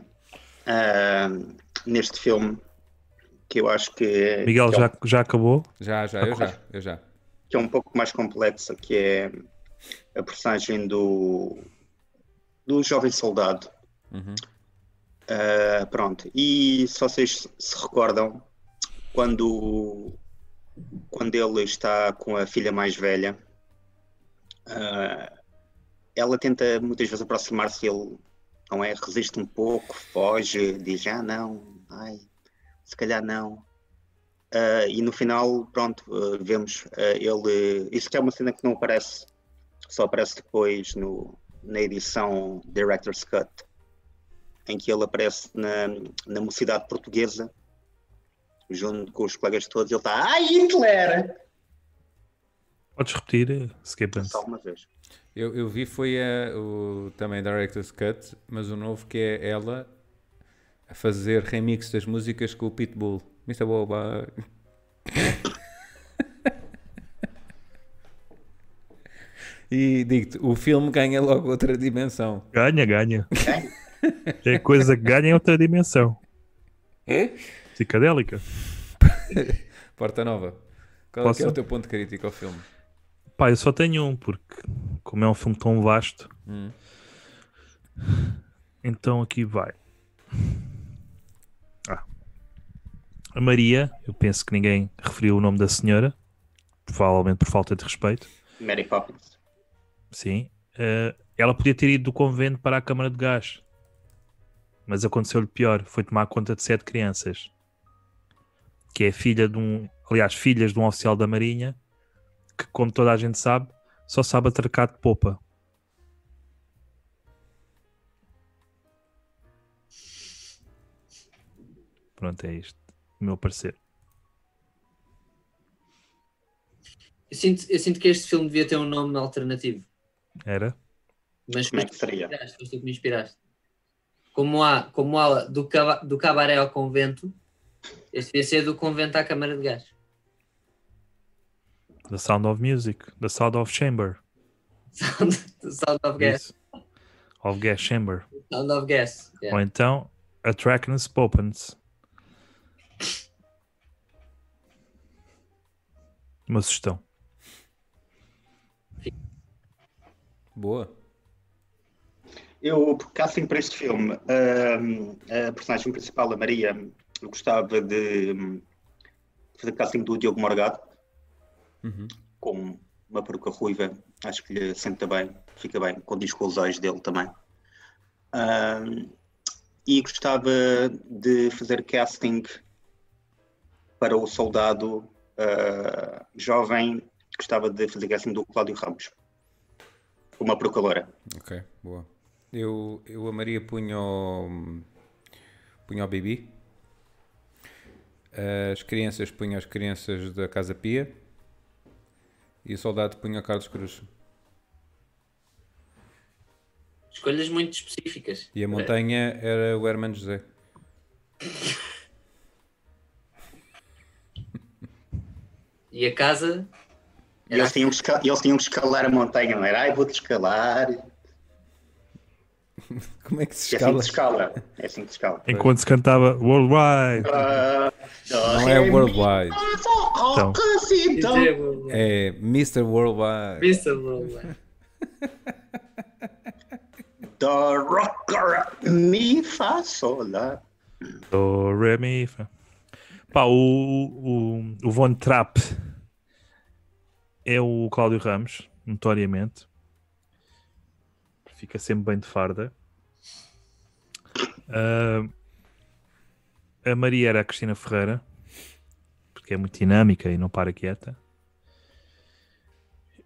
Speaker 3: ah, neste filme que eu acho que é,
Speaker 2: Miguel
Speaker 3: que, é,
Speaker 2: já, já acabou.
Speaker 1: Já, já, eu já, eu já.
Speaker 3: que é um pouco mais complexa, que é a personagem do, do jovem soldado.
Speaker 1: Uhum.
Speaker 3: Ah, pronto, e se vocês se recordam, quando, quando ele está com a filha mais velha, ah, ela tenta muitas vezes aproximar-se, ele não é? Resiste um pouco, foge, diz ah não, ai, se calhar não. Ah, e no final, pronto, ah, vemos ah, ele. Isso que é uma cena que não aparece, só aparece depois no, na edição Director's Cut, em que ele aparece na, na mocidade portuguesa, junto com os colegas todos, e ele está, ai Hitler!
Speaker 2: Podes repetir, eh, Skippens.
Speaker 3: Só uma vez.
Speaker 1: Eu, eu vi foi a, o, também Director's Cut, mas o novo que é ela a fazer remix das músicas com o Pitbull. Mr. Boba. e digo-te, o filme ganha logo outra dimensão.
Speaker 2: Ganha, ganha.
Speaker 3: Ganha.
Speaker 2: É coisa que ganha em outra dimensão. Psicadélica.
Speaker 1: Porta Nova. Qual é que é o
Speaker 2: Posso?
Speaker 1: teu ponto crítico ao filme?
Speaker 2: Pá, eu só tenho um, porque como é um filme tão vasto,
Speaker 1: Hum.
Speaker 2: então aqui vai. Ah. A Maria, eu penso que ninguém referiu o nome da senhora, provavelmente por falta de respeito.
Speaker 3: Mary Poppins.
Speaker 2: Sim. Eh, ela podia ter ido do convento para a Câmara de Gás. Mas aconteceu-lhe pior. Foi tomar conta de sete crianças. Que é filha de um... Aliás, filhas de um oficial da Marinha. Que, como toda a gente sabe, só sabe atracar de popa. Pronto, é isto. O meu parecer.
Speaker 4: Eu sinto, eu sinto que este filme devia ter um nome alternativo.
Speaker 2: Era?
Speaker 4: Mas
Speaker 3: Como é que seria?
Speaker 4: inspiraste, foste tu que me inspiraste. Como há, como há do, cava, do cabaré ao convento, este devia ser do convento à Câmara de Gás.
Speaker 2: The Sound of Music. The Sound of Chamber.
Speaker 4: Sound, sound of Gas.
Speaker 2: Isso. Of Gas Chamber.
Speaker 4: Sound of Gas. Yeah.
Speaker 2: Ou então, Attractance Popens. Uma sugestão.
Speaker 1: Boa.
Speaker 3: Eu, por acaso, sim, para este filme, ahm, a personagem principal, a Maria, eu gostava de hum, fazer casting do Diogo Morgado,
Speaker 1: Uhum.
Speaker 3: com uma peruca ruiva, acho que lhe senta bem, fica bem, condiz com os olhos dele também. Ahm, e gostava de fazer casting para o soldado ah, jovem, gostava de fazer casting do Cláudio Ramos, com uma peruca loura.
Speaker 1: Ok, boa. Eu, eu a Maria punha o, punha o Bibi. As crianças punha as crianças da Casa Pia. E o soldado punha o Carlos Cruz.
Speaker 4: Escolhas muito específicas.
Speaker 3: É.
Speaker 1: E a montanha era o Herman José.
Speaker 4: E a casa,
Speaker 3: E eles tinham, que esca- eles tinham que escalar a montanha, não era? Ai, vou-te escalar.
Speaker 1: Como é que se
Speaker 3: É
Speaker 1: escala?
Speaker 3: assim que se escala. É assim que se escala.
Speaker 2: Enquanto se cantava Worldwide.
Speaker 1: Não é Worldwide.
Speaker 3: assim, "Oh,
Speaker 2: Então.
Speaker 3: Então,
Speaker 4: Dizer, bro, bro.
Speaker 1: É Mr. Worldwide.
Speaker 4: Pensa, bro, bro.
Speaker 3: The rocker me fa sol lá.
Speaker 2: Do, re, mi, fa. Pá, o, o, o Von Trapp é o Cláudio Ramos, notoriamente. Fica sempre bem de farda. Ah, a Maria era a Cristina Ferreira, porque é muito dinâmica e não para quieta.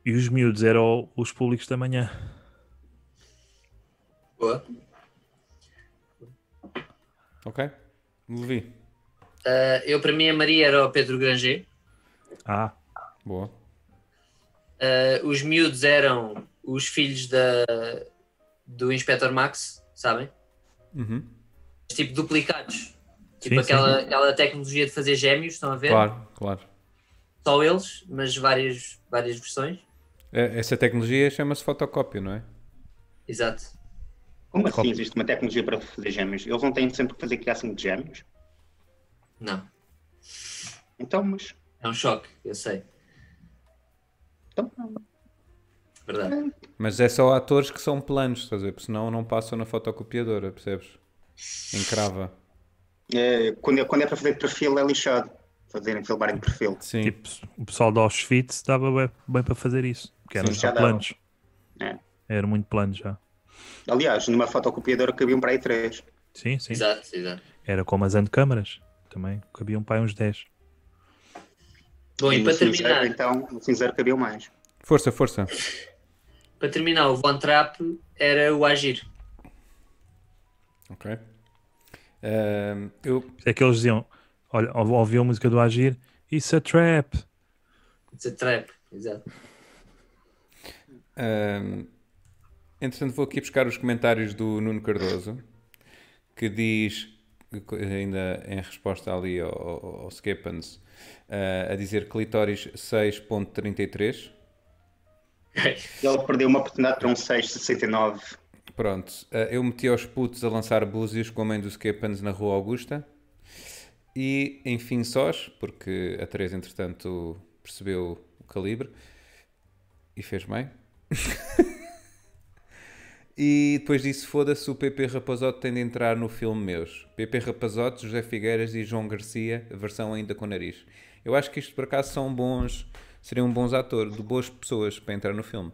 Speaker 2: E os miúdos eram os públicos da manhã.
Speaker 4: Boa.
Speaker 1: Ok? Levi.
Speaker 4: Ah, eu, para mim, a Maria era o Pedro Granger.
Speaker 2: Ah,
Speaker 1: Boa.
Speaker 4: Ah, os miúdos eram os filhos da, do Inspector Max, sabem?
Speaker 1: Uhum.
Speaker 4: Mas, tipo, duplicados. Tipo
Speaker 2: Sim, sim.
Speaker 4: aquela, aquela tecnologia de fazer gêmeos, estão
Speaker 3: É.
Speaker 4: a ver?
Speaker 1: Claro, claro.
Speaker 4: Só eles, mas várias, várias versões.
Speaker 1: Eh, Essa tecnologia chama-se fotocópia, não é?
Speaker 4: Exato.
Speaker 3: Como
Speaker 2: Copy.
Speaker 3: assim existe uma tecnologia para fazer gêmeos? Eles não têm sempre que fazer casting de gêmeos?
Speaker 4: Não.
Speaker 3: Então, mas.
Speaker 4: É um choque, eu sei.
Speaker 3: Então,
Speaker 4: Verdade.
Speaker 1: Mas é só atores que são planos, estás a ver? Porque senão não passam na fotocopiadora, percebes? Encrava.
Speaker 3: é, quando, é, quando é para fazer perfil, é lixado. Fazerem, filmarem perfil.
Speaker 1: Sim.
Speaker 2: tipo, o pessoal da Auschwitz dava bem, bem para fazer isso, porque eram
Speaker 1: Sim,
Speaker 2: só
Speaker 3: já dava.
Speaker 2: planos.
Speaker 3: É.
Speaker 2: Era muito plano já.
Speaker 3: Aliás, numa fotocopiadora cabiam para aí três.
Speaker 2: Sim, sim.
Speaker 4: Exato, exato.
Speaker 2: Era como as antecâmaras. Também cabiam para aí uns 10.
Speaker 4: Bom, e
Speaker 3: no
Speaker 4: para
Speaker 3: cinzeiro,
Speaker 4: terminar,
Speaker 3: então, no cinzeiro cabiam mais.
Speaker 1: Força, força.
Speaker 4: para terminar, o Von Trapp era o Agir.
Speaker 1: Ok. Ahm, eu,
Speaker 2: É que eles diziam: olha, ou- ouviam a música do Agir, isso é trap.
Speaker 4: It's a trap. Exato.
Speaker 1: ahm, entretanto, vou aqui buscar os comentários do Nuno Cardoso, que diz, ainda em resposta ali ao, ao, ao Skepans, ah, a dizer clitóris 6.33.
Speaker 3: Ele perdeu uma oportunidade para um 6,69.
Speaker 1: Pronto, eh, eu meti aos putos a lançar búzios com a mãe do Skepans na Rua Augusta e enfim sós, porque a Teresa entretanto percebeu o calibre e fez bem. e depois disse: foda-se, o PP Rapazote tem de entrar no filme Meus. PP Rapazote, José Figueiras e João Garcia, a versão ainda com nariz. Eu acho que isto por acaso são bons, seriam bons atores, de boas pessoas para entrar no filme.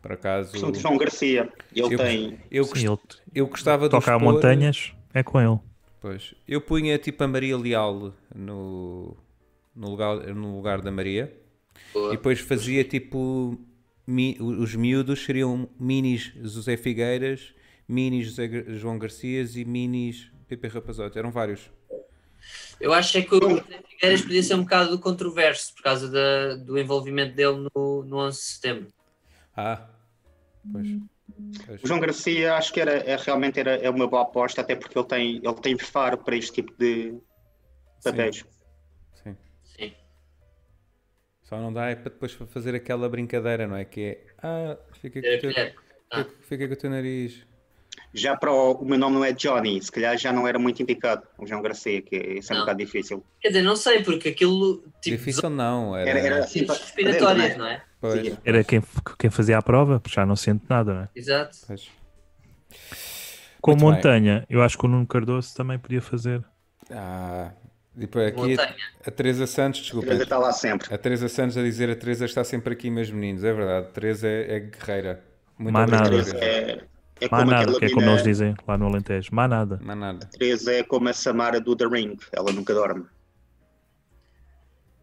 Speaker 1: Por acaso.
Speaker 3: São de João Garcia. Ele
Speaker 1: Eu,
Speaker 3: tem.
Speaker 1: eu,
Speaker 2: Sim,
Speaker 1: gost-
Speaker 2: ele
Speaker 1: eu gostava de
Speaker 2: toca a
Speaker 1: expor-
Speaker 2: montanhas, é com ele.
Speaker 1: Pois. Eu punha tipo a Maria Leal no, no, lugar, no lugar da Maria.
Speaker 4: Boa.
Speaker 1: E depois fazia tipo. mi- os miúdos seriam minis José Figueiras, minis José Gar- João Garcias e minis Pepe Rapazote. Eram vários.
Speaker 4: Eu acho é que o José Figueiras podia ser um bocado controverso por causa da- do envolvimento dele no, no 11 de setembro.
Speaker 1: Ah. Pois. Pois.
Speaker 3: O João Garcia acho que era, é, realmente era, é uma boa aposta, até porque ele tem, ele tem faro para este tipo de papéis.
Speaker 1: Sim.
Speaker 4: Sim.
Speaker 1: Só não dá é para depois fazer aquela brincadeira, não é? Que é. Ah, fica com, o
Speaker 4: Era
Speaker 1: teu,
Speaker 4: colher.
Speaker 1: fica- fica com o teu nariz.
Speaker 3: Já para o, o meu nome não é Johnny, se calhar já não era muito indicado o João Garcia, que isso é um
Speaker 4: Não.
Speaker 3: bocado difícil.
Speaker 4: Quer dizer, não sei, porque aquilo tipo
Speaker 1: Difícil não, era.
Speaker 3: Era, era assim
Speaker 4: dezoito
Speaker 3: para-
Speaker 4: respiratórias,
Speaker 3: para
Speaker 4: não é?
Speaker 1: Pois,
Speaker 3: dentro, né?
Speaker 2: Era quem, quem fazia a prova, porque já não sente nada, não é?
Speaker 4: Exato.
Speaker 1: pois.
Speaker 2: Com
Speaker 1: Muito bem.
Speaker 2: montanha, eu acho que o Nuno Cardoso também podia fazer.
Speaker 1: Ah, depois aqui
Speaker 4: Montanha.
Speaker 1: a Teresa Santos,
Speaker 3: Sim,
Speaker 1: desculpa.
Speaker 3: Ele está lá sempre.
Speaker 1: A Teresa Santos a dizer a Teresa está sempre aqui, meus meninos, é verdade. A Teresa é, é guerreira. Muito
Speaker 2: Má
Speaker 1: obrigado,
Speaker 2: nada.
Speaker 1: Teresa.
Speaker 3: É, é
Speaker 2: Má
Speaker 3: como
Speaker 2: nada,
Speaker 3: aquela
Speaker 2: que é como
Speaker 3: mina-
Speaker 2: eles dizem lá no Alentejo. Má nada.
Speaker 1: Má nada.
Speaker 3: Teresa é como a Samara do The Ring, ela nunca dorme.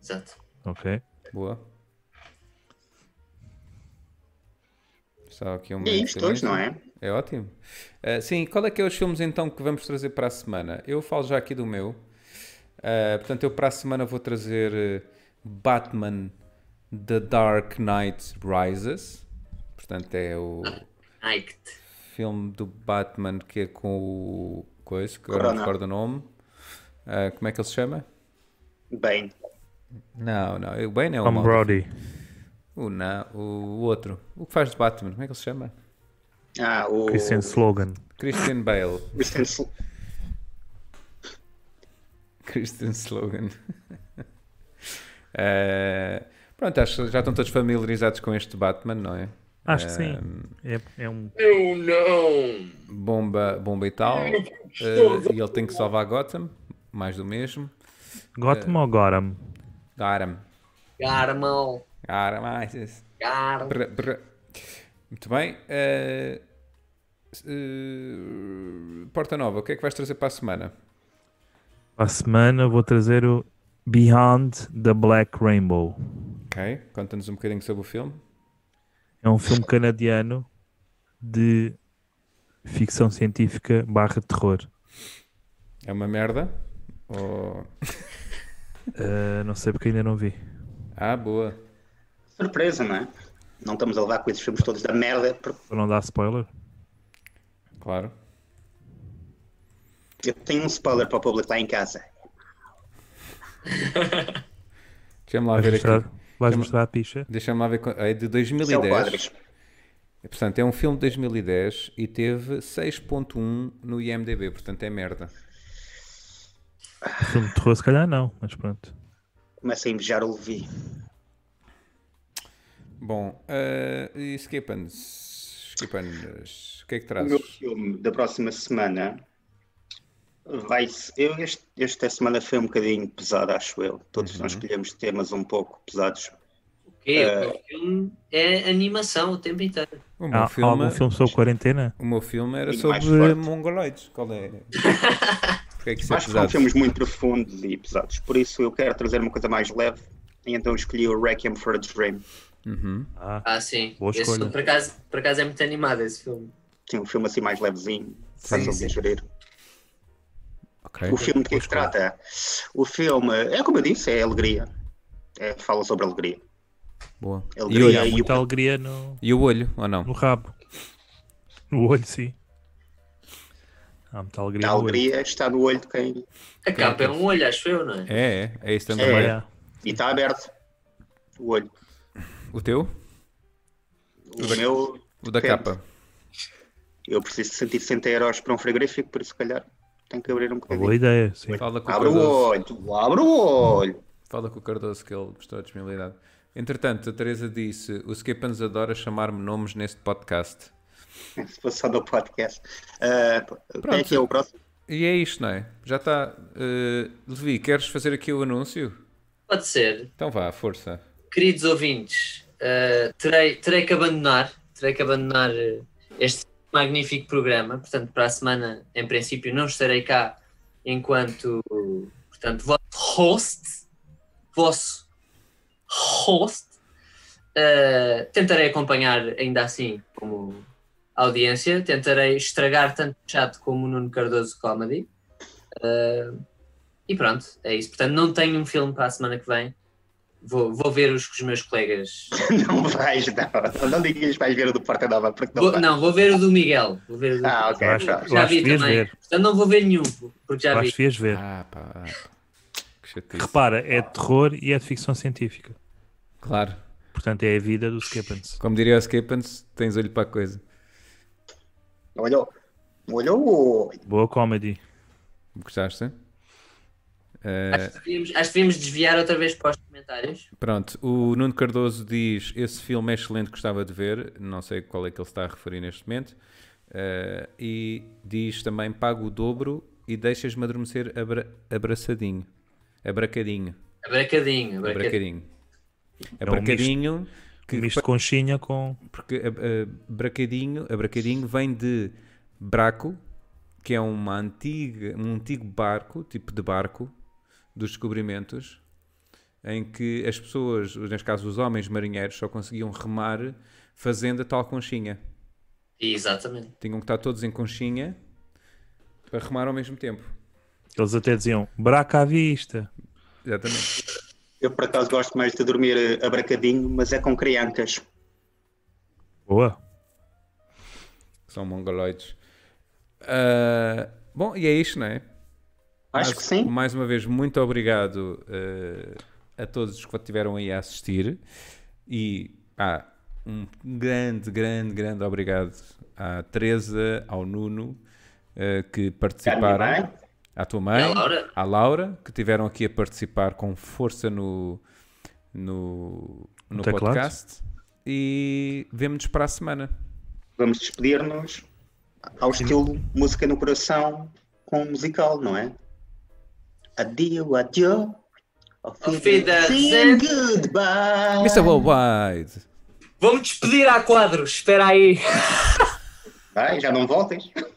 Speaker 4: Exato.
Speaker 2: Ok.
Speaker 1: Boa. Está aqui um
Speaker 3: E é
Speaker 1: momento de
Speaker 3: isto hoje,
Speaker 1: silêncio.
Speaker 3: não é?
Speaker 1: É ótimo. Ah, sim, qual é que é os filmes então que vamos trazer para a semana? Eu falo já aqui do meu. Ah, portanto, eu para a semana vou trazer eh, Batman The Dark Knight Rises. Portanto, é o
Speaker 4: Nike.
Speaker 1: filme do Batman que é com o. Coisa, que agora não
Speaker 3: Corona.
Speaker 1: recordo o nome. Ah, como é que ele se chama?
Speaker 3: Bem,
Speaker 1: Não, não. O Bane é o
Speaker 2: Como
Speaker 1: mal.
Speaker 2: Brody.
Speaker 1: O, não, o outro. O que faz de Batman? Como é que ele se chama?
Speaker 3: ah, o
Speaker 2: Christian Slogan.
Speaker 1: Christian Bale.
Speaker 3: Christian Sl-
Speaker 1: Christian Slogan. Eh, pronto, acho que já estão todos familiarizados com este Batman, não é?
Speaker 2: Acho que sim.
Speaker 1: Ehm,
Speaker 2: É, é um...
Speaker 4: Eu não!
Speaker 1: Bomba, bomba e tal. Eh, e ele tem que salvar Gotham, mais do mesmo.
Speaker 2: Gotham
Speaker 1: É.
Speaker 2: ou Gotham?
Speaker 1: Garam.
Speaker 4: Garmal.
Speaker 1: Garam, ah, isso- isso.
Speaker 4: Garmal.
Speaker 1: Brr, brr. Muito bem. eh, eh, Porta Nova, o que é que vais trazer para a semana?
Speaker 2: Para a semana vou trazer o Beyond the Black Rainbow.
Speaker 1: Ok, conta-nos um bocadinho sobre o filme.
Speaker 2: É um filme canadiano de ficção científica barra terror.
Speaker 1: É uma merda? Ou...
Speaker 2: Ah, não sei porque ainda não vi.
Speaker 1: Ah, boa.
Speaker 3: Surpresa, não é? Não estamos a levar com esses filmes todos da merda, porque
Speaker 2: Para não dar spoiler.
Speaker 1: Claro.
Speaker 3: eu tenho um spoiler para o público lá em casa.
Speaker 1: Deixa-me lá
Speaker 2: Vais
Speaker 1: ver
Speaker 2: mostrar,
Speaker 1: aqui.
Speaker 2: vais
Speaker 1: Chama-
Speaker 2: mostrar a picha.
Speaker 1: Deixa-me lá ver. qu- É de
Speaker 3: Isso é o
Speaker 1: 2010.
Speaker 3: Quadros.
Speaker 1: Portanto, é um filme de 2010 e teve 6.1 no IMDB, portanto é merda.
Speaker 2: Filme de terror, se calhar não, mas pronto.
Speaker 3: Começa a invejar o Levi.
Speaker 1: Bom, eh, e Skipans? Skipans, o que é que
Speaker 3: O meu
Speaker 1: trazes?
Speaker 3: filme da próxima semana vai ser. Eu este- esta semana foi um bocadinho pesada, acho eu.
Speaker 1: Uhum.
Speaker 3: Todos nós escolhemos temas um pouco pesados.
Speaker 4: Ok, o filme é animação o tempo inteiro.
Speaker 1: O meu
Speaker 2: Há, há
Speaker 1: Um filme, é-
Speaker 2: algum filme sobre quarentena?
Speaker 1: o meu filme era
Speaker 3: Muito
Speaker 1: sobre
Speaker 3: mais forte.
Speaker 1: mongoloides. Qual é? Porque é que isso é
Speaker 3: Acho que são
Speaker 1: pesado?
Speaker 3: filmes muito profundos e pesados. Por isso eu quero trazer uma coisa mais leve. E então escolhi o Requiem for a Dream.
Speaker 1: Uhum.
Speaker 2: Ah,
Speaker 4: Ah, sim.
Speaker 2: Boa
Speaker 4: Esse
Speaker 2: escolha.
Speaker 4: filme, por acaso, por acaso é muito animado esse filme.
Speaker 3: Tem um filme assim mais levezinho, fácil de
Speaker 1: sim.
Speaker 3: digerir.
Speaker 1: Ok.
Speaker 3: O filme de que é que trata? O filme, é como eu disse, é alegria. É, fala sobre alegria.
Speaker 1: Boa.
Speaker 3: Ele
Speaker 1: E,
Speaker 2: e
Speaker 3: queria-
Speaker 1: olho?
Speaker 2: há
Speaker 3: aí é o-
Speaker 2: muita alegria no,
Speaker 1: e o olho, ou não?
Speaker 2: no rabo. No olho, sim. Há muita alegria
Speaker 3: A
Speaker 2: no olho.
Speaker 3: alegria está no olho de quem.
Speaker 4: A capa é um olho, acho eu, não é?
Speaker 1: É, é, é isso também.
Speaker 2: Também
Speaker 3: É.
Speaker 2: há.
Speaker 3: E está aberto. O olho.
Speaker 1: O teu?
Speaker 3: O meu,
Speaker 1: O da
Speaker 3: Depende.
Speaker 1: capa.
Speaker 3: eu preciso de 160 euros para um frigorífico, por isso, se calhar, tenho que abrir um bocadinho.
Speaker 2: Boa ideia, sim.
Speaker 1: Fala com o
Speaker 3: Abre Ah, o
Speaker 1: Cardoso.
Speaker 3: olho, tu abre o olho.
Speaker 1: Fala com o Cardoso que ele mostrou a disponibilidade. Entretanto, a Teresa disse: o Skipans adora chamar-me nomes neste podcast.
Speaker 3: Se fosse só do podcast. Ah, quem é que é o próximo?
Speaker 1: E é isto, não é? Já está. eh, Levi, queres fazer aqui o anúncio?
Speaker 4: Pode ser.
Speaker 1: Então vá, força.
Speaker 4: Queridos ouvintes, eh, terei, terei que abandonar, terei que abandonar eh, este magnífico programa. Portanto, para a semana, em princípio, não estarei cá enquanto, portanto, vosso host, vosso host. Eh, tentarei acompanhar ainda assim como audiência, tentarei estragar tanto o chat como o Nuno Cardoso Comedy. Eh, e pronto, é isso. Portanto, não tenho um filme para a semana que vem. Vou, vou ver os que os meus colegas.
Speaker 3: Não vais, não. Não digas que vais ver o do Porta Nova, porque não
Speaker 4: Vou-
Speaker 3: vai.
Speaker 4: não, vou ver o do Miguel. Vou ver o do
Speaker 3: Ah, ok.
Speaker 4: Miguel.
Speaker 2: acho- eu
Speaker 4: Já
Speaker 2: acho
Speaker 4: vi
Speaker 2: que devias
Speaker 4: também.
Speaker 2: ver.
Speaker 4: Portanto, não vou ver nenhum, porque já
Speaker 2: Eu
Speaker 4: vi.
Speaker 2: Acho que devias ver.
Speaker 1: Ah, pá. pá. Que chatice.
Speaker 2: Repara, é de terror e é de ficção científica.
Speaker 1: Claro.
Speaker 2: Portanto, é a vida do Skippens.
Speaker 1: Como diria o Skipans, tens olho para a coisa.
Speaker 3: Olhou. Olhou o olho.
Speaker 2: Boa comedy.
Speaker 1: Gostaste?
Speaker 4: Acho que devíamos, acho que devíamos desviar outra vez para os comentários.
Speaker 1: Pronto, o Nuno Cardoso diz: Esse filme é excelente, gostava de ver. Não sei qual é que ele está a referir neste momento. Eh, e diz também: Pago o dobro e deixas-me adormecer abra abraçadinho. Abracadinho.
Speaker 4: Abracadinho, abracadinho.
Speaker 1: Abracadinho.
Speaker 2: É um misto.
Speaker 1: Abracadinho. que
Speaker 2: Que misto de conchinha com.
Speaker 1: Porque a, a bracadinho, a bracadinho vem de braco, que é uma antiga, um antigo barco, tipo de barco, dos descobrimentos, em que as pessoas, neste caso os homens marinheiros, só conseguiam remar fazendo a tal conchinha.
Speaker 4: Exatamente.
Speaker 1: Tinham que estar todos em conchinha para remar ao mesmo tempo.
Speaker 2: Eles até diziam braca à vista.
Speaker 1: Exatamente.
Speaker 3: Eu, por acaso, gosto mais de dormir eh, abracadinho, mas é com criancas.
Speaker 2: Boa.
Speaker 1: São mongoloides. Ah, bom, e é isto, não é?
Speaker 3: Acho
Speaker 1: mais,
Speaker 3: que sim.
Speaker 1: Mais uma vez, muito obrigado eh, a todos os que estiveram aí a assistir. E ah, um grande, grande, grande obrigado à Teresa, ao Nuno, eh, que
Speaker 3: Cá minha
Speaker 1: participaram.
Speaker 3: mãe.
Speaker 1: À tua mãe,
Speaker 4: E à Laura.
Speaker 1: à Laura, que tiveram aqui a participar com força no, no, no
Speaker 2: teclado.
Speaker 1: podcast. E vemo-nos para a semana.
Speaker 3: Vamos despedir-nos ao estilo música no coração com um musical, não é? Adio, adio. Auf
Speaker 4: Auf
Speaker 3: Wiedersehen,
Speaker 4: Wiedersehen.
Speaker 3: goodbye.
Speaker 1: Mr. Worldwide!
Speaker 4: Vou-me despedir a quadros, espera aí.
Speaker 3: Vai, já não voltas.